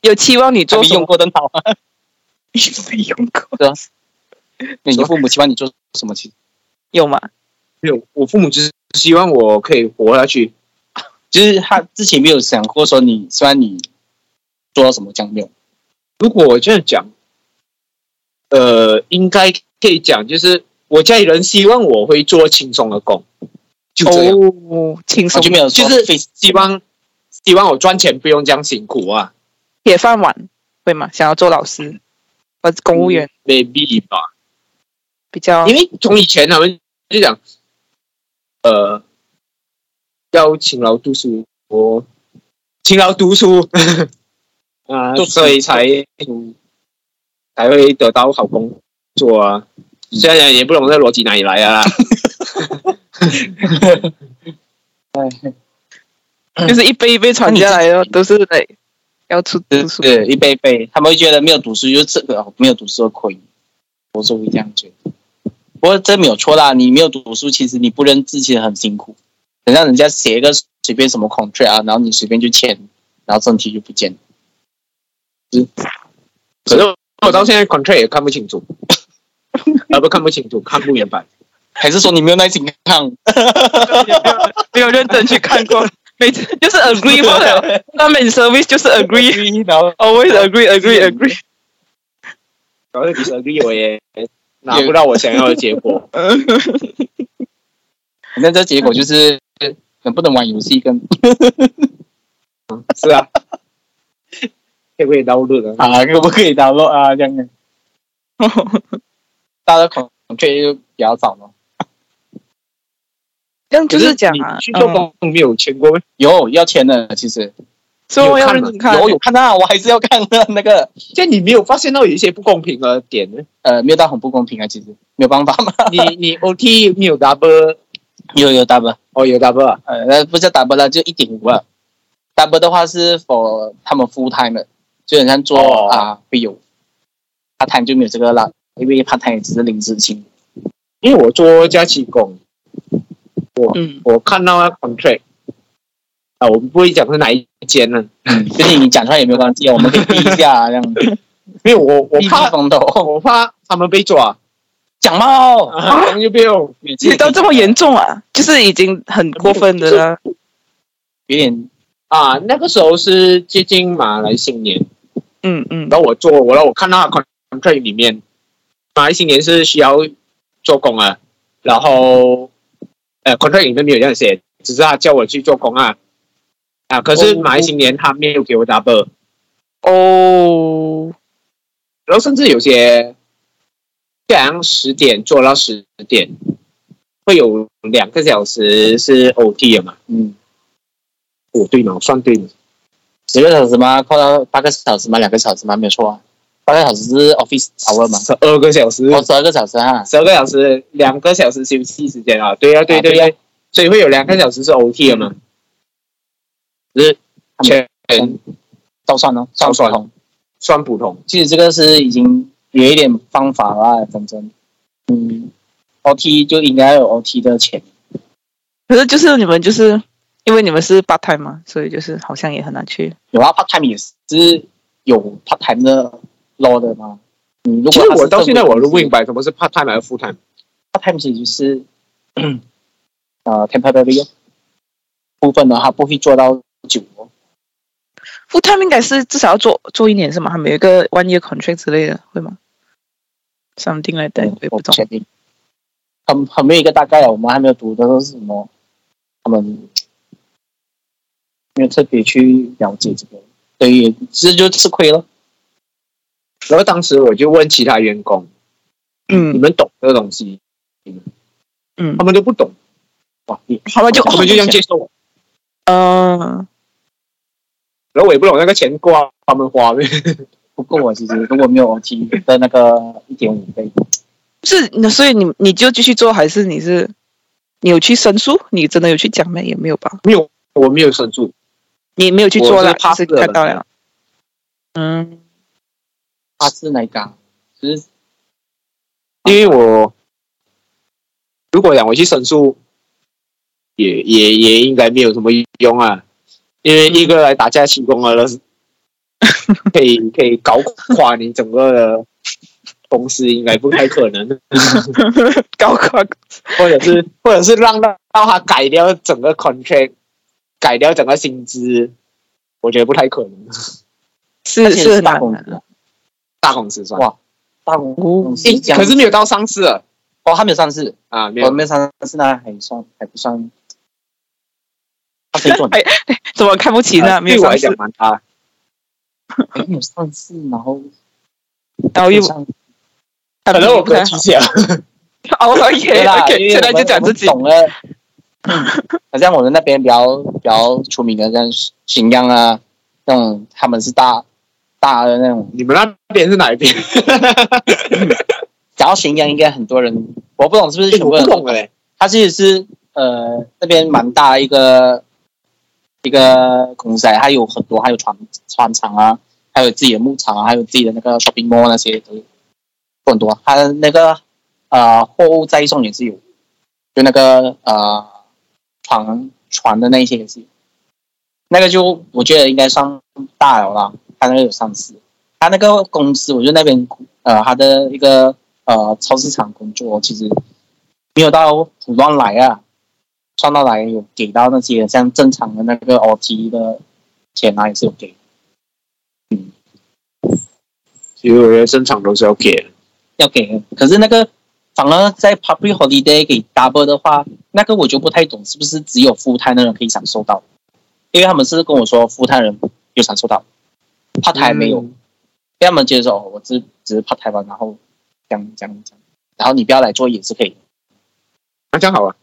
有期望你他做们什用么？过的好啊。没用过，你的父母希望你做什么？其实有吗？没有，我父母只是希望我可以活下去。就是他之前没有想过说你，虽然你做到什么这样没有，如果我这样讲，呃，应该可以讲，就是我家里人希望我会做轻松的工，就这样，哦，轻我松啊就没有说就是非希希望望希望我赚钱不用这样辛苦啊铁饭碗会吗？想要做老师或者公务嗯员嗯，maybe 吧。比较因为从以前他们就讲，呃，要勤劳读书，我勤劳读书 啊，读书所以才才会得到好工作啊。虽然也不懂这逻辑哪里来 啊。就是一杯一杯传下来的，都是得要出对读书。对，一杯一杯，他们会觉得没有读书就是这个没有读书的亏，我是会这样觉得。不过这没有错啦，你没有读书，其实你不认字其实很辛苦。等下人家写一个随便什么 contract 啊，然后你随便就签，然后证据就不见了。可是我到现在 contract 也看不清 楚，啊不看不清楚，看不明白。还是说你没有耐心看？没有认真去看 过，每次就是 agree 或者他们 service 就是 agree，always 然后 agree agree agree。搞得 disagree 我也拿不到我想要的结 果。反正这结果就是能不能玩游戏跟 是啊，会不会劳顿啊？啊可不可以打落啊这样的，大家的 contract 就比较少咯。这样就是讲你啊，去做工没有签过咩？有要签的，其实所以我要认真看。啊有有看到，我还是要看的那个。这样你没有发现到有一些不公平的点 呢？呃，没有到很不公平啊，其实没有办法嘛。你你 OT 没有 double 有有 double，哦，有 double 啊？呃，那不叫 double 了，就一点五了。double 的话是 for 他们 full time 的，就很像做哦啊、会有 part time 就没有这个了，因为 part time 也只是零事情。因为我做假期工，嗯，我看到那 contract 啊，我不会讲是哪一间啊呢、毕竟你讲出来也没有关系，我们可以避一下啊这样。没有我我避避怕风头，我怕他们被抓，讲嘛，他们就被用。其啊实都这么严重啊，就是已经很过分的啦。有点啊，那个时候是接近马来新年，嗯嗯然后我做，我让我看到 contract 里面，马来新年是需要做工啊，然后呃 contract 里面没有这样写，只是他叫我去做工啊，啊，可是哦马来新年他没有给我 double，哦然后甚至有些这样十点做到十点，会有两个小时是 OT 的嘛，嗯，哦对嘛，我算对了，十个小时吗？扣到八个小时吗？两个小时吗？没有错啊，八个小时是 office hour 吗？十二个小时，哦，十二个小时哈，十二个小时，两个小时休息时间啊，对啊，对啊对对啊对，所以会有两个小时是 OT 的嘛，就是嗯全都算哦，都算普通。算普通，其实这个是已经有一点方法啦，讲真，嗯，OT 就应该有 OT 的钱，可是就是你们就是因为你们是 part time 嘛，所以就是好像也很难去。有啊，part time 也是有 part time 的 law 的嘛。嗯，如果其实我到现在我都都不明白什么是 part time 还是 full time。 part time 其实就是呃 temporary 哦部分的话，不会做到久哦。 full time 应该是至少要做做一年是吗？他们有一个 one year contract 之类的，会吗？something like that，我也嗯不我不懂。确定，很很没有一个大概啊。我们还没有读的都是什么，他们没有特别去了解这个，所以其实就吃亏了。然后当时我就问其他员工，你嗯们懂这个东西？嗯他，们都不懂，哇，好吧，就他们就这样接受我，嗯，然后我也不懂那个钱挂他们花呗。 不过我其实如果没有 OT 的那个一点五倍，是那所以你你就继续做，还是你是你有去申诉？你真的有去讲吗？也没有吧，我没有申诉，你没有去做啦，我是 pass 就是的看到了。嗯，阿斯奶嘎，其实因为我如果讲我去申诉，也也也应该没有什么用啊，因为一个来打架起 功的，可以可以搞垮你整个的公司，应该不太可能，高考或者是或者是让到让他改掉整个 contract，改掉整个薪资，我觉得不太可能。是其实是很大难公的。司啊，大公司算哇大公公司哦诶讲，可是没有到上市啊哦，他没有上市，啊，没我有没有上市，那还算还不算，他可以做很怎么看不起呢？啊没有对上我来讲市，蛮大。多没有上市，然后然后哦又上可可能我不太格好局。小， 哦 对，OK 啦 OK，因为现在我们就讲自己我。们懂了。嗯 好像我们那边比较比较出名的，像新疆啊，那种他们是大大的那种。你们那边是哪一边？讲到新疆，应该很多人，我不懂是不是全我部人不都懂哎、它其实是呃那边蛮大一个一个公司来，它有很多，还有船船厂啊，还有自己的牧场啊，还有自己的那个 shopping mall 那些都有都很多。它的那个呃货物再送也是有，就那个呃船船的那一些也是有。那个就我觉得应该算大了啦，它那个有上市，它那个公司，我觉得那边呃它的一个呃超市场工作其实没有到普段来啊，算到来有给到那些像正常的那个 OT 的钱啊，也是有给。其实我觉得正常都是要给的。要给的，可是那个反而在 public holiday 给 double 的话，那个我就不太懂，是不是只有 full time 的人可以享受到？因为他们是跟我说 full time 人有享受到，part time 没有，嗯被他们接受，哦我只只是 part time 吧然后这样这样这样，然后你不要来做也是可以的，那啊这样好了，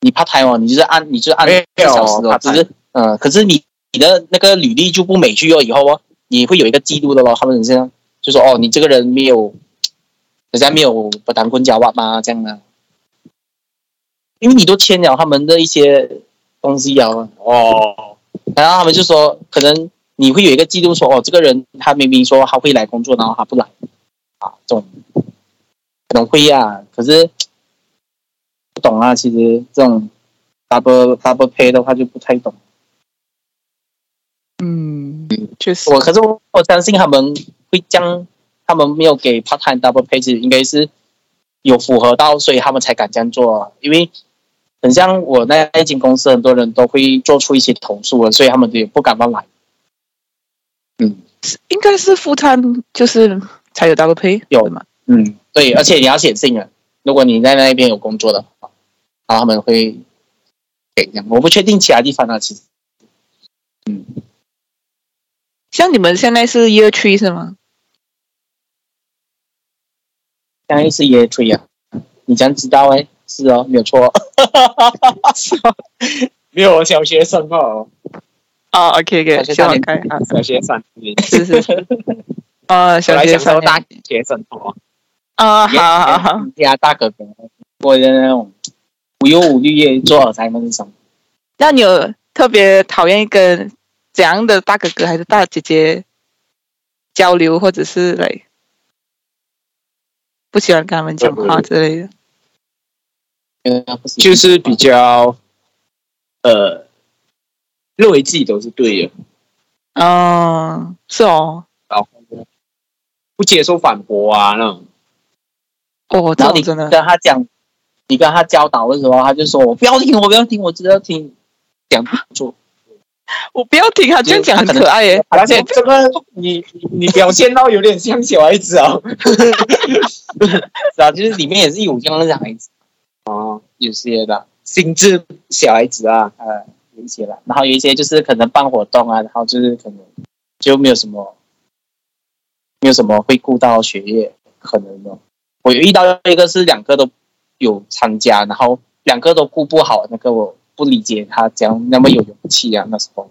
你 part time 哦，你就是按你就是按没一有个小时哦， part 只 time 是呃，可是你你的那个履历就不美剧哦，以后哦，你会有一个记录的咯，他们这样就说哦，你这个人没有，人家没有不当棍脚袜吗？这样的、因为你都签了他们的一些东西啊，哦，然后他们就说，可能你会有一个记录说，哦，这个人他明明说他会来工作，然后他不来，啊，这种可能会啊，可是不懂啊，其实这种 double double pay 的话就不太懂。嗯，确实我可是我我相信他们会将他们没有给 part time double pay，其实应该是有符合到，所以他们才敢这样做、啊。因为很像我那一间公司，很多人都会做出一些投诉了，所以他们也不敢乱来。应该是 full time 就是才有 double pay 有对吗？嗯，对，而且你要写信啊，如果你在那边有工作的话，然后他们会给这样。我不确定其他地方啊，其实像你们现在是 year three 是吗？现在是 year three 啊，你这样知道哎、是哦，没有错。没有小学生哦，哦，OK 小 OK，学先三往年开啊，小学生，是是 是，哦，我小来学享三受大年学生哦活。啊，好好好，呀，大哥哥，我的那种无忧无虑夜做耳塞梦生。那你有特别讨厌跟怎样的大哥哥还是大姐姐交流，或者是来不喜欢跟他们讲话之类的？呃不行就是比较，呃，认为自己都是对的，哦，是哦，然后不接受反驳啊那种。哦，这然后种你真的跟他讲，你跟他教导的时候，他就说我不要听，我不要听，我只要听讲做。我不要听他这样讲，很可爱耶。而且这个你你你表现到有点像小孩子 哦。 是啊，就是里面也是有这样的小孩子，哦，有些的，心智小孩子啊，呃，有一些啦，然后有一些就是可能办活动啊，然后就是可能就没有什么，没有什么会顾到学业，可能哦。我有遇到一个是两个都有参加，然后两个都顾不好，那个我不理解他怎样那么有勇气啊，那时候，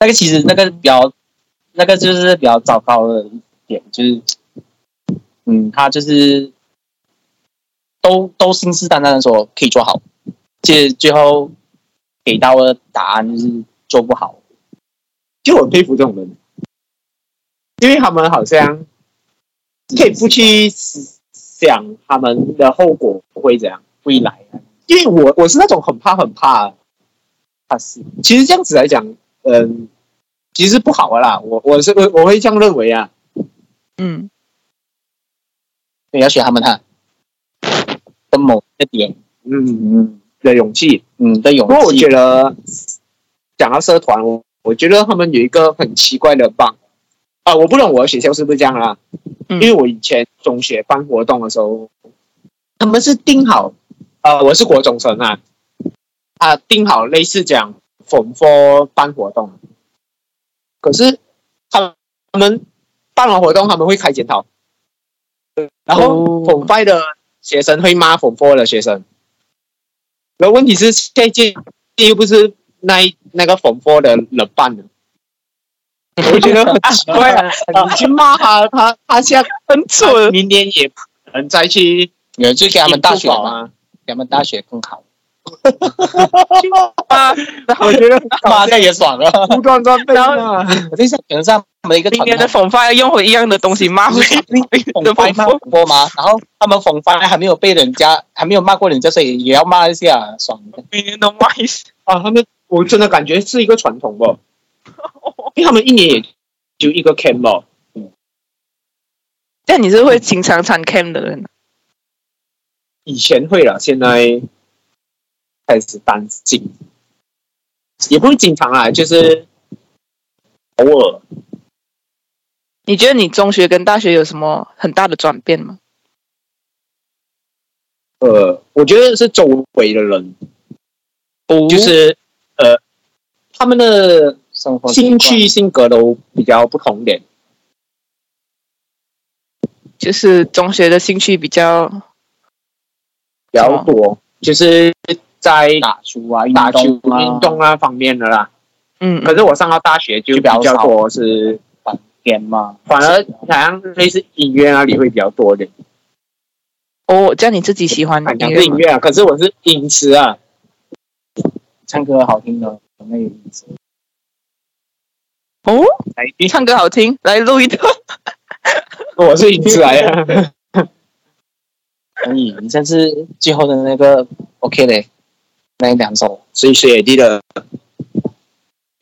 那个其实那个比较，那个就是比较糟糕的一点，就是，嗯，他就是都都信誓旦旦的说可以做好，其实最后给到的答案就是做不好。就我很佩服这种人，因为他们好像可以不去想他们的后果会怎样，未来啊，因为我我是那种很怕很怕，他是其实这样子来讲，嗯，其实不好的啦，我我是我我会这样认为啊，嗯，对要学他们哈，的某一个点，嗯嗯的勇气，嗯的勇不过我气觉，得讲到社团，我我觉得他们有一个很奇怪的棒啊，我不懂我的学校是不是这样啦、嗯因为我以前中学办活动的时候，他们是定好，呃，我是国中生啊，啊，定好类似讲 form four 办活动，可是他他们办完活动他们会开检讨，然后哦 form five 的学生会骂 form four 的学生，然后问题是下一届又不是那一那个 form four 的人办的。我就觉得很奇怪嗯啊！你去骂他，他他现在很他蠢，明年也不可能再去有就给他们大学嘛，啊！嗯给他们大学更好，我觉得很搞妈笑这，样也爽了。胡乱乱背啊！我在想，可能是他们的一个明传年的统。缝发要用回一样的东西骂回讽翻骂很多嘛，然后他们讽翻还没有被人家还没有骂过人家，所以也要骂一下，爽的。明年都骂一下。啊，他们我真的感觉是一个传统哦，因为他们一年也就一个 camp 哦，但你是会经常参 cam 的人，以前会了，现在开始担心，也不会经常啊，就是偶尔。你觉得你中学跟大学有什么很大的转变吗？呃，我觉得是周围的人，就是呃，他们的生活习兴惯趣性格都比较不同点。就是中学的兴趣比较比较多，就是在打球啊，打球、啊运动啊方面的啦。嗯可是我上到大学就比较多是，反点嘛，反而好像类似音乐那里会比较多一点，哦，这样你自己喜欢反音正乐是音吗？乐啊。可是我是音痴啊，唱歌好听的那个意思。哦，来你唱歌好听，来录一段。我是音啊 哎痴来的。可以，你这次最后的那个 OK 嘞，那两首所以学弟的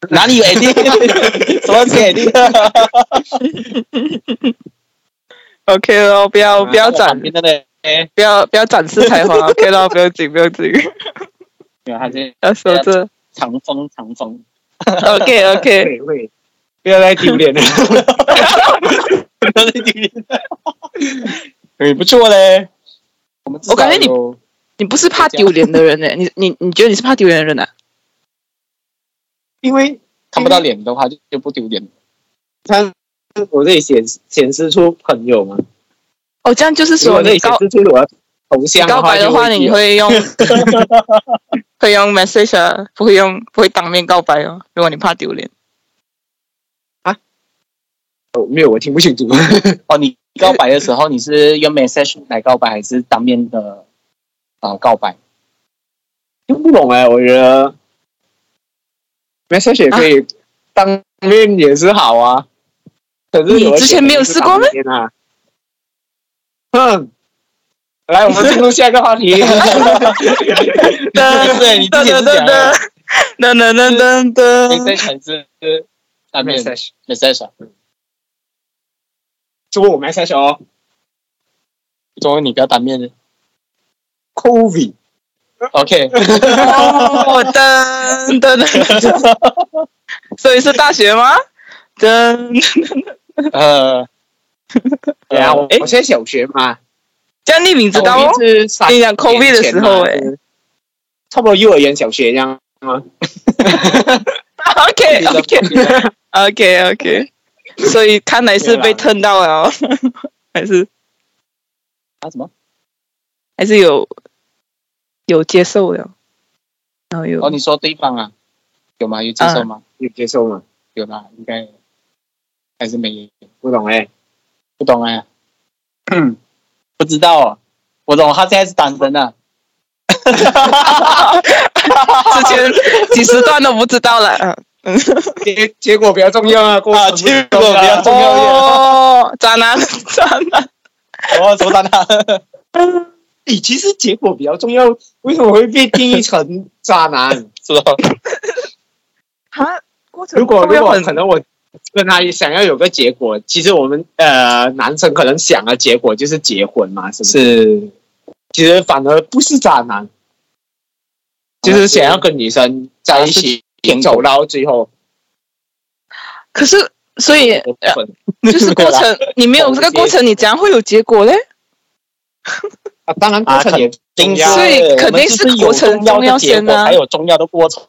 哪 里有 AD？什么是 AD？ OK 咯，不要不要展旁，边的嘞，不要不要展示才华。OK 咯，不要紧，不要紧，没有，还是要说这。长风长风。 OK OK，会会不要再丢脸了，不要再丢脸了，你不错嘞。我们至少我感觉你有你不是怕丢脸的人呢、你你你觉得你是怕丢脸的人啊？因为看不到脸的话就就不丢脸了。他我这里显示显示出朋友嘛，哦，这样就是如说果这你里显告示出我的头像告白的话，就你会 用会用 message 啊，不会用不会当面告白哦。如果你怕丢脸，哦没有，我听不清楚。哦，你告白的时候你是用 message 来告白，还是当面的啊、呃告白？听不懂哎、我觉得 message 也可以、当面也是好啊。可是你之前没有试过吗吗？哼，来，我们进入下一个话 题。 噔对你之前是讲的噔噔噔噔噔， message 还是当面 message， message？啊就问我 message 哦中文你不要当面的，Covid， ，OK？哦噔噔噔，所以是大学吗？噔，呃，对啊，我哎，我现在小学嘛，这样匿名呃知道哦我。是三你讲 COVID 的时候、哎 欸，差不多幼儿园、小学这样。啊 OK OK OK OK，所以看来是被对啦蹭到了哦， 还是啊什么？还是有有接受了，然后有、 哦，你说对方啊，有吗？有接啊受吗？ 你接受吗？有吧，应该还是没有，不懂哎、不懂哎、不知道哦。我懂，他现在是单身啊。之前几十段都不知道了，嗯结结果比较重要啊，过啊程不结果比较重要一点哦，渣男渣男，我哦怎么单啊他？ 你哎其实结果比较重要，为什么会被定义成渣 男？是吧？他过程如果会不如果会可很能我跟他想要有个结果，其实我们呃男生可能想的结果就是结婚嘛，是不是？是，其实反而不是渣男，就是想要跟女生在一起舔狗走到最后。可是所以呃就是过程，你没有这个过程，你怎样会有结果嘞？啊，当然过程也重定要，所以是肯定是是过程重要要先啊还有重要的过程。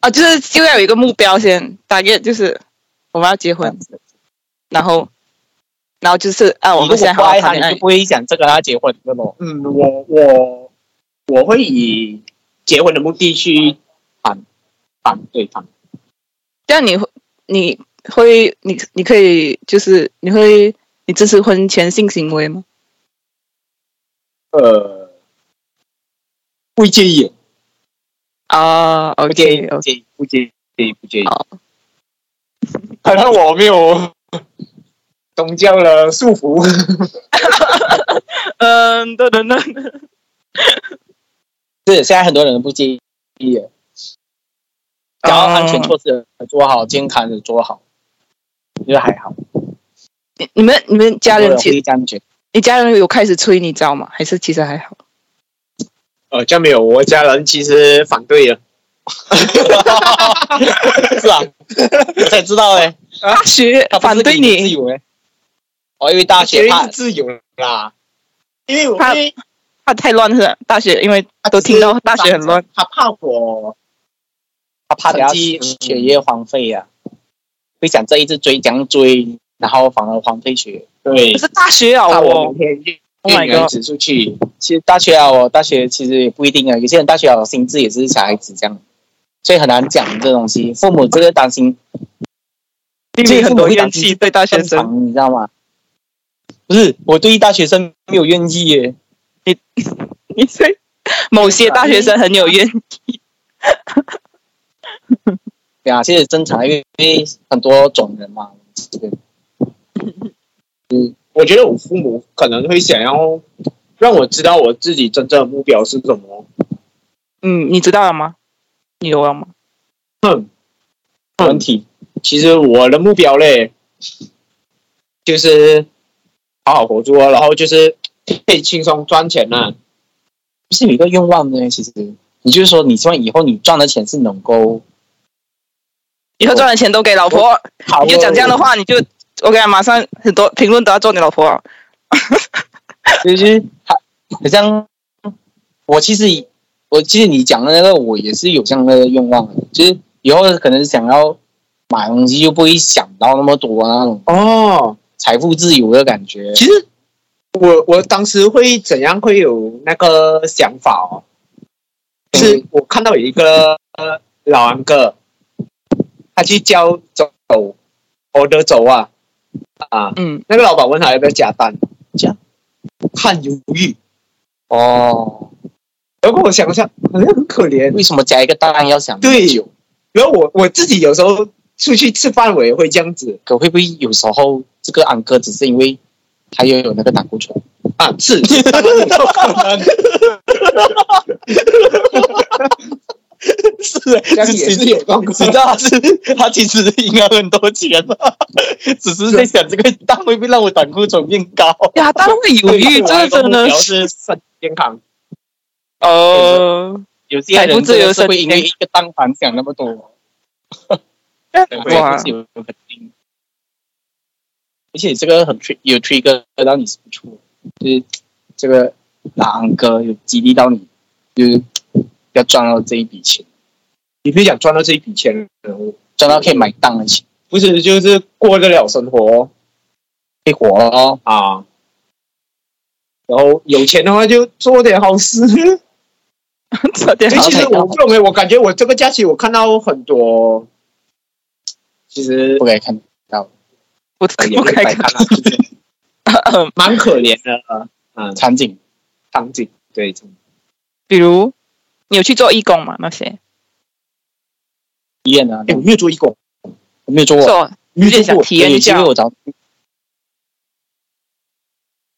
啊，就是就要有一个目标先，大概就是我们要结婚，然后，然后就是啊，我你如们现在果不好好爱他，谈恋你爱就不会想这个他结婚的咯。嗯，我我我会以结婚的目的去反反对方。这样你会你会你你可以就是你会你支持婚前性行为吗？呃，不介意，啊不介，OK 意，不 OK，介意，不介意，不介意。好，可能我没有宗教的束 缚，嗯，等等等，是，现在很多人不介意，啊只要安全措施做好，健康的做好，觉得还好。你你们你们家人其其实这样觉得，你家人有开始催你知道吗？还是其实还好？呃，这样没有，我家人其实反对了。 是啊，我才知道哎，大学他不是反对给你自你，由哎。我以为大绝学对怕是自由啦，因为我他因为他太乱了，大学因为都听到大学很乱，他怕我他怕等下成绩学业荒废呀、会想这一次追将追，然后反而荒废学业。对可，是大学啊，怕我我明天 Oh my 运人 god 指出去，其实大学啊，我大学其实也不一定啊，有些人大学啊，心智也是小孩子这样，所以很难讲这东西。父母这个担心，因为很多怨气对大学正生。常，你知道吗？不是，我对大学生没有怨意耶，你 对啊某些大学生很有怨，对啊，其实正常，因为因为很多种人嘛，这个我觉得我父母可能会想要让我知道我自己真正的目标是什么。嗯，你知道了吗？你有了吗？哼，问题。其实我的目标嘞，就是好好活着，啊然后就是可以轻松赚钱啊呐、不是有一个愿望呢？其实你就是说，你希望以后你赚的钱是能够以后赚的钱都给老婆。好你就讲这样的话，你就 OK，马啊上很多评论都要做你老婆啊。就是他好像我其实我记得你讲的那个，我也是有这样的愿望，就是以后可能想要买东西就不会想到那么多啊那种哦，财富自由的感觉。其实我我当时会怎样会有那个想法哦？是我看到有一个呃老安哥，他去教走我的走啊啊，嗯，那个老板问他要不要加单，加看犹豫，哦，然后我想一下，好像很可怜。为什么加一个蛋要想那么对久？然后我我自己有时候出去吃饭，我也会这样子可会不会有时候这个安哥只是因为他也有那个胆固醇？啊，是，当然有可能是，这样也是有状况知道他是他其实应该很多钱了，只是在想这个蛋会不会让我胆固醇变高？呀，当然会犹豫，这个真的主要是是身健康。哦，有些财富人自真由的是身会因为兼一个蛋盘想那么多，哇哇，是有肯定。而且这个很 tr 有 trigger 到你付出，就是这个大安哥有激励到你，就是要赚到这一笔钱， 你不是想赚到这一笔钱，我赚到可以买蛋的钱，不是就是过得了生活可以活了哦。啊。然后有钱的话就做点好 事。这点所以好其实太高我不认为，我感觉我这个假期我看到很多，其实 不该看， 不也不不该该看看。啊，就是嗯蛮可怜的啊，嗯场景场景对，真的比如你有去做义工吗？那些医院啊，哎，我没有做义工，我没有做过，做没有有点做想过，体验一有下机会我找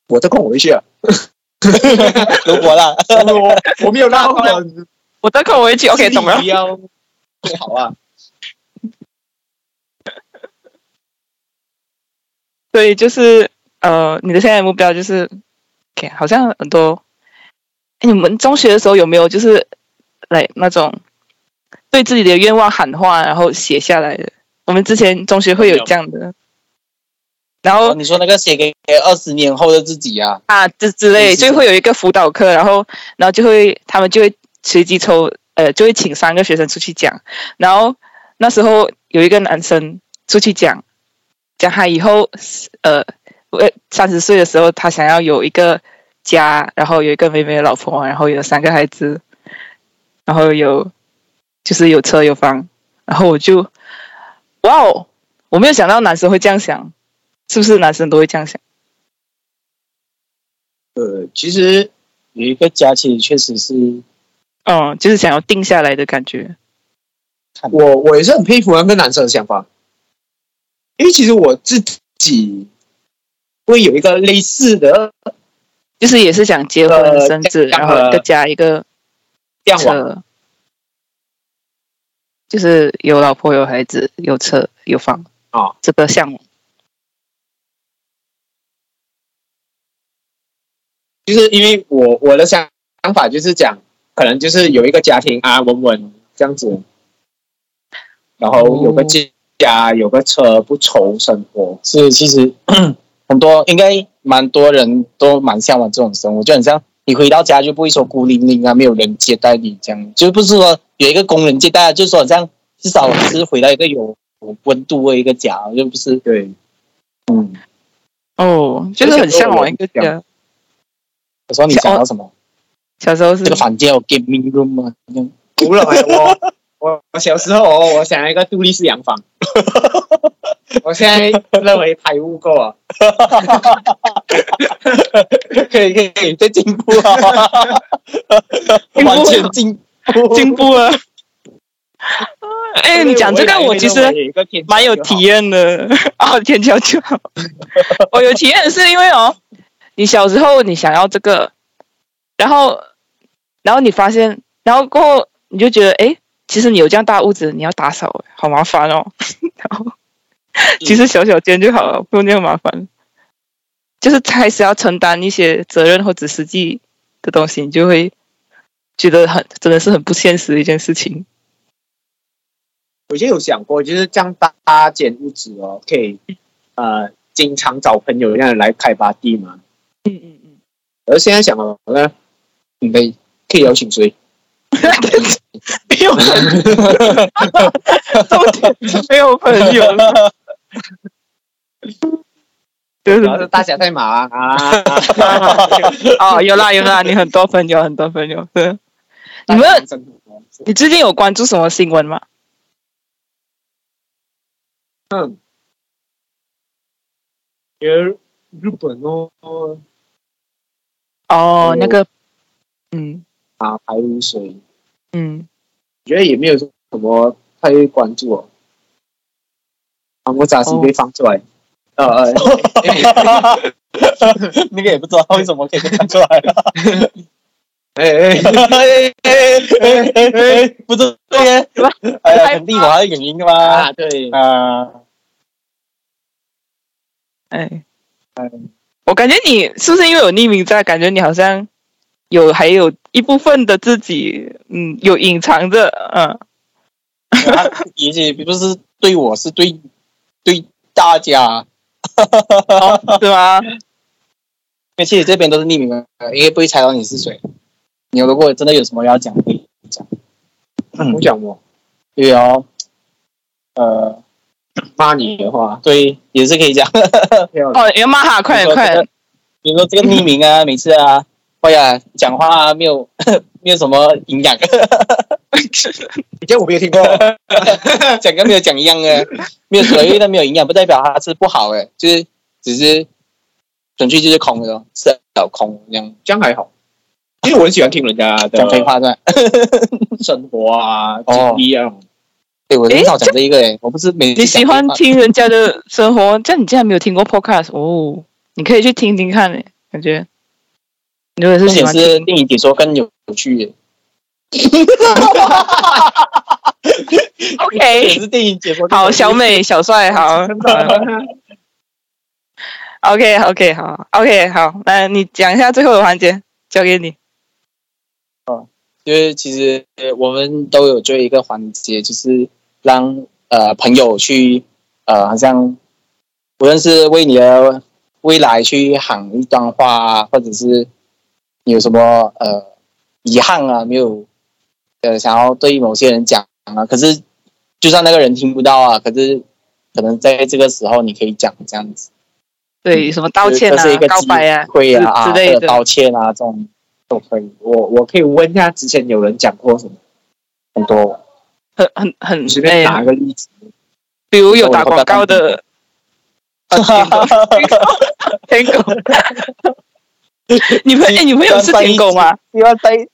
我的空我会去啊。德 国啦， 我我没有那么我得空我会去。OK，懂了不。要好啊，所以就是呃，你的现在的目标就是，OK，好像很多。哎，你们中学的时候有没有就是来那种对自己的愿望喊话，然后写下来的？我们之前中学会有这样的，然后哦你说那个写给二十年后的自己啊，啊，这之类，是是就会有一个辅导课，然后然后就会他们就会随机抽，呃，就会请三个学生出去讲，然后那时候有一个男生出去讲，讲他以后呃，三十岁的时候他想要有一个家，然后有一个美美的老婆，然后有三个孩子，然后有就是有车有房，然后我就哇哦，我没有想到男生会这样想，是不是男生都会这样想？呃，其实有一个假期确实是嗯，就是想要定下来的感觉。我我也是很佩服那个男生的想法，因为其实我自己会有一个类似的就是也是想结婚、呃生子，这样然的后一个家一个向往，车，就是有老婆、有孩子、有车、有房哦，这个向往。就是因为我我的想想法就是讲，可能就是有一个家庭啊，稳稳这样子，然后有个家，有个车，不愁生活。是其实 很多应该蛮多人都蛮向往这种生活，就很像你回到家就不会说孤零零啊，没有人接待你这样，就不是说有一个工人接待啊，就是说好像至少是回到一个有有温度的一个家，就不是对，嗯，哦，就是很向往一个这家。有时候你想到什么，小时候是这个房间有 gaming room 啊， 这样除了我哎我我小时候哦，我想要一个独立式洋 房，我现在认为排污够啊了。可 以可以可以再进步啊， 完全进步啊进步 了。哎，你讲这个，所以我未来其会实有一个天蛮有梯体验的 啊，天桥 就好。我有体验是因为哦，你小时候你想要这个，然后然后你发现，然后过后你就觉得，哎，其实你有这样大屋子，你要打扫，好麻烦哦。 然后其实小小间就好了，不用那么麻烦。就是开始要承担一些责任或者实际的东西，你就会觉得很真的是很不现实的一件事情。我就有想过，就是这样搭建屋子哦，可以呃经常找朋友这样来开 party 嘛。嗯嗯嗯，而现在想哦，那你们可以邀请谁？ 没有朋友，重点是没有朋友了， 就是然后是大侠赛马啊 啊，哦，有啦有啦，你很多朋友，很多朋友。对，你呃们啊你最近有关注什么新闻吗？嗯，因为日本哦哦有，那个，哦嗯啊排污水，嗯，觉得也没有什么太关注哦。啊，我咋是被放出来？呃呃， 那个也不知道为什么可以看出来啊了。 哎哎，哎哎哎哎哎，不对耶！哎呀，肯定我还是原因的 嘛啊。对，啊，哎，我感觉你是不是因为有匿名在，感觉你好像有还有一部分的自己，嗯，有隐藏着，嗯，也许不是对我，是对对 大家。是 哦吗？而且这边都是匿名的，应该不会猜到你是谁。你如果真的有什么要讲，可以讲。嗯我，讲我对哦，呃，骂你的话，对，也是可以讲。 呃啊哦，你要骂他，快点快点，比如说这个匿名啊，每次啊，哎呀，讲话啊，没有 没有什么营养， 以前我没有听过，讲跟没有讲一样的，没有所谓的没有营养，不代表它是不好诶，就是只是准确就是空的咯，是小空这样 这样还好，因为我很喜欢听人家的呃讲废话是吧？生活啊、哦经历啊，对哎我很少讲这一个诶，我不是每次你喜讲废欢话听人家的生活，这样你竟然没有听过 podcast 哦，你可以去听听看，诶，感觉你如果是重喜点欢是听，电影解说更有趣耶。 OK 也是电影解说更有好，趣小美、小帅， 好嗯，OK OK 好，OK 好，那你讲一下最后的环节，交给你。就是其实呃我们都有做一个环节，就是让呃朋友去呃，好像无论是为你的未来去喊一段话啊，或者是你有什么呃遗憾啊，没有呃想要对某些人讲啊，可是就算那个人听不到啊，可是可能在这个时候你可以讲这样子。对，什么道歉这是一啊个、告白啊机会啊之之啊类这个的道歉啊，这种都可以。我我可以问一下，之前有人讲过什么？很多很很很随便打哎，个例子，比如有打广告的，啊 舔狗，你朋哎，你朋友是舔狗吗？希望在又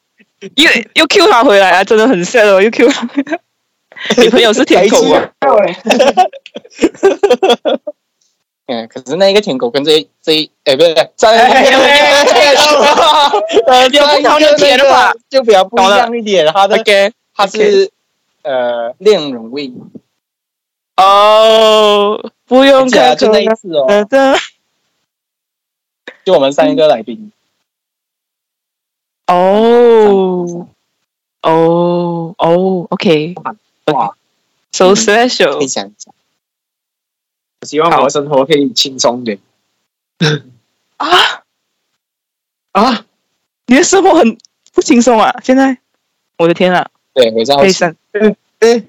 又 Q 他回来啊，真的很 sad 哦，又 Q 他回来。你朋友是舔狗啊吗？嗯，可是那一个舔狗跟这一这一哎，不是在呃，就比较不一样一点，他的 OK，他是呃恋人味，哦，不用对啊，看就那一次哦，的就我们三个来宾，哦哦哦，OK，哇，so 可以 special，想一想，希望我的生活可以轻松点啊，啊！你的生活很不轻松啊，现在，我的天啊，对，我这样可以删，哎，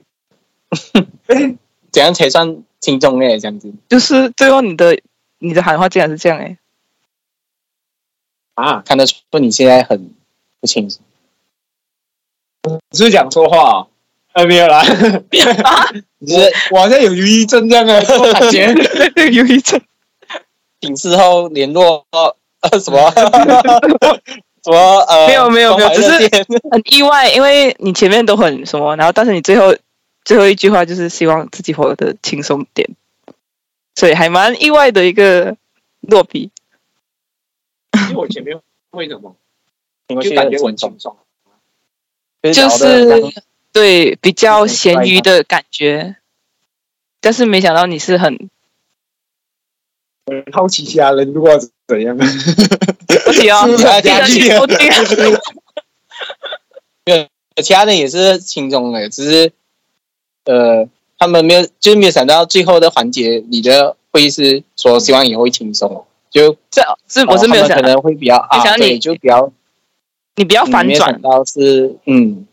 怎样才算轻重呢？这样子，就是最后你的你的喊话竟然是这样哎、啊，看得出你现在很不轻松。你是不是讲错话哦？哎，没有啦，你是 我好像有忧郁症这样啊的感 觉。欸，有一种请事后联络 呃什么 什么呃，没有没有没有关怀热线很意外，因为你前面都很什么，然后但是你最后最后一句话就是希望自己活得轻松点，所以还蛮意外的一个落笔。因为我前面为什么 我就感觉我很轻松？就是对比较咸鱼的感觉，但是没想到你是很我很好奇其他人如果怎样，不行哦，是啊家具我听其他的也是轻松的，只是呃他们没有，就是没有想到最后的环节，你的会议是说希望以后会轻松，就这是我是没有哦他想们可到，能会比较啊，没想到对你就比较你不要啊反没有转想，到是嗯，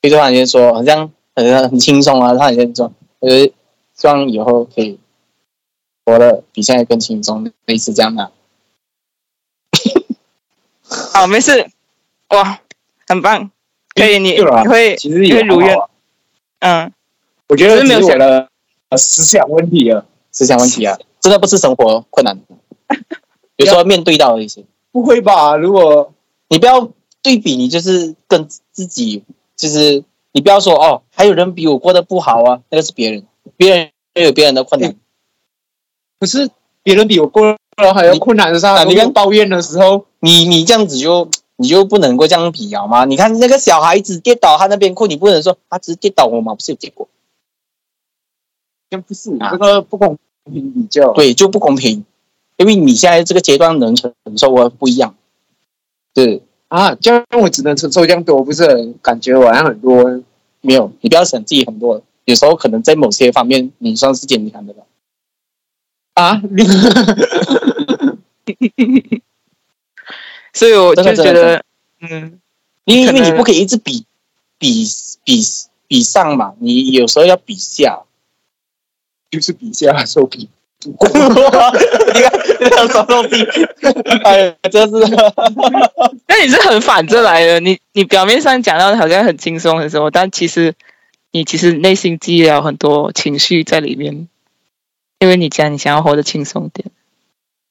所以就突然间说好像很很轻松啊，他很轻松，就是希望以后可以活得比现在更轻松，类似这样的、啊好，没事，哇，很棒，可以，你对啊你会其实你也会如还愿好啊，嗯，我觉只得是没有只是想我的呃，思想问题啊，思想问题啊，真的不是生活困难，有时候面对到的一些。不会吧？如果你不要对比，你就是跟自己，就是你不要说哦，还有人比我过得不好啊，那个是别人，别人有别人的困难。可是别人比我过得还要困难的时候，你他你们抱怨的时候，你你这样子就你就不能够这样比好吗？你看那个小孩子跌倒，他那边哭，你不能说他只是跌倒我嘛，不是有结果？这不是啊这个不公平比较。对，就不公平，因为你现在这个阶段能承受的不一样。对，啊，这样我只能承受这样多，不是很感觉我好像很多。没有，你不要想自己很多，有时候可能在某些方面你算是坚强的了。啊，你所以我这就个觉真的得，嗯，因可为因能为你不可以一直比比比比上嘛，你有时候要比下。就是比下手比，你看这叫什么东西？哎呀，真是的那你是很反着来的，你你表面上讲到好像很轻松很什么，但其实你其实内心积了很多情绪在里面，因为你讲你想要活得轻松点，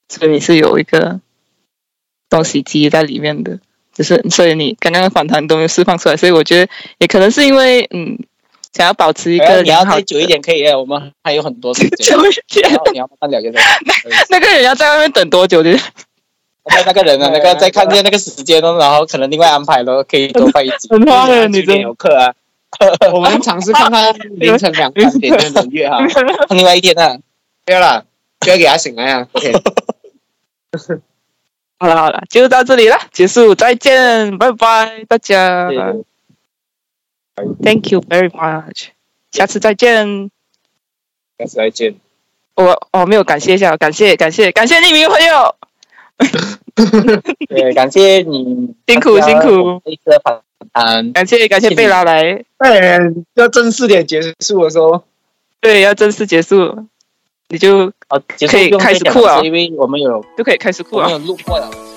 所以你是有一个东西积在里面的，就是所以你刚刚的反弹都没有释放出来，所以我觉得也可能是因为嗯，想要保持一哎个你要良好再久一点可以哎的，我们还有很多时间 就。会觉然得后你要慢慢了解的。 那个人要在外面等多久的？那那个人啊呢？那个再看见那个时间哦，然后可能另外安排咯，可以多拜一 集。 很花的，你今天真有课啊。我们尝试看看凌晨两三点那种约哈，另外一天啊呢？不要啦，不要给他醒来啊。OK，好了好了，就到这里了，结束，再见，拜拜，大家对对，Thank you very much，下次再见。下次再见。我我没有感谢一下，感谢感谢感谢匿名朋友，对，感谢你，辛苦辛苦，一个反弹。感谢感谢贝拉来，哎，要正式点结束的时候，对，要正式结束，你就好，结束可以不用开始再讲哭了啊是因为我们有就可以开始哭啊我了们。有录过了。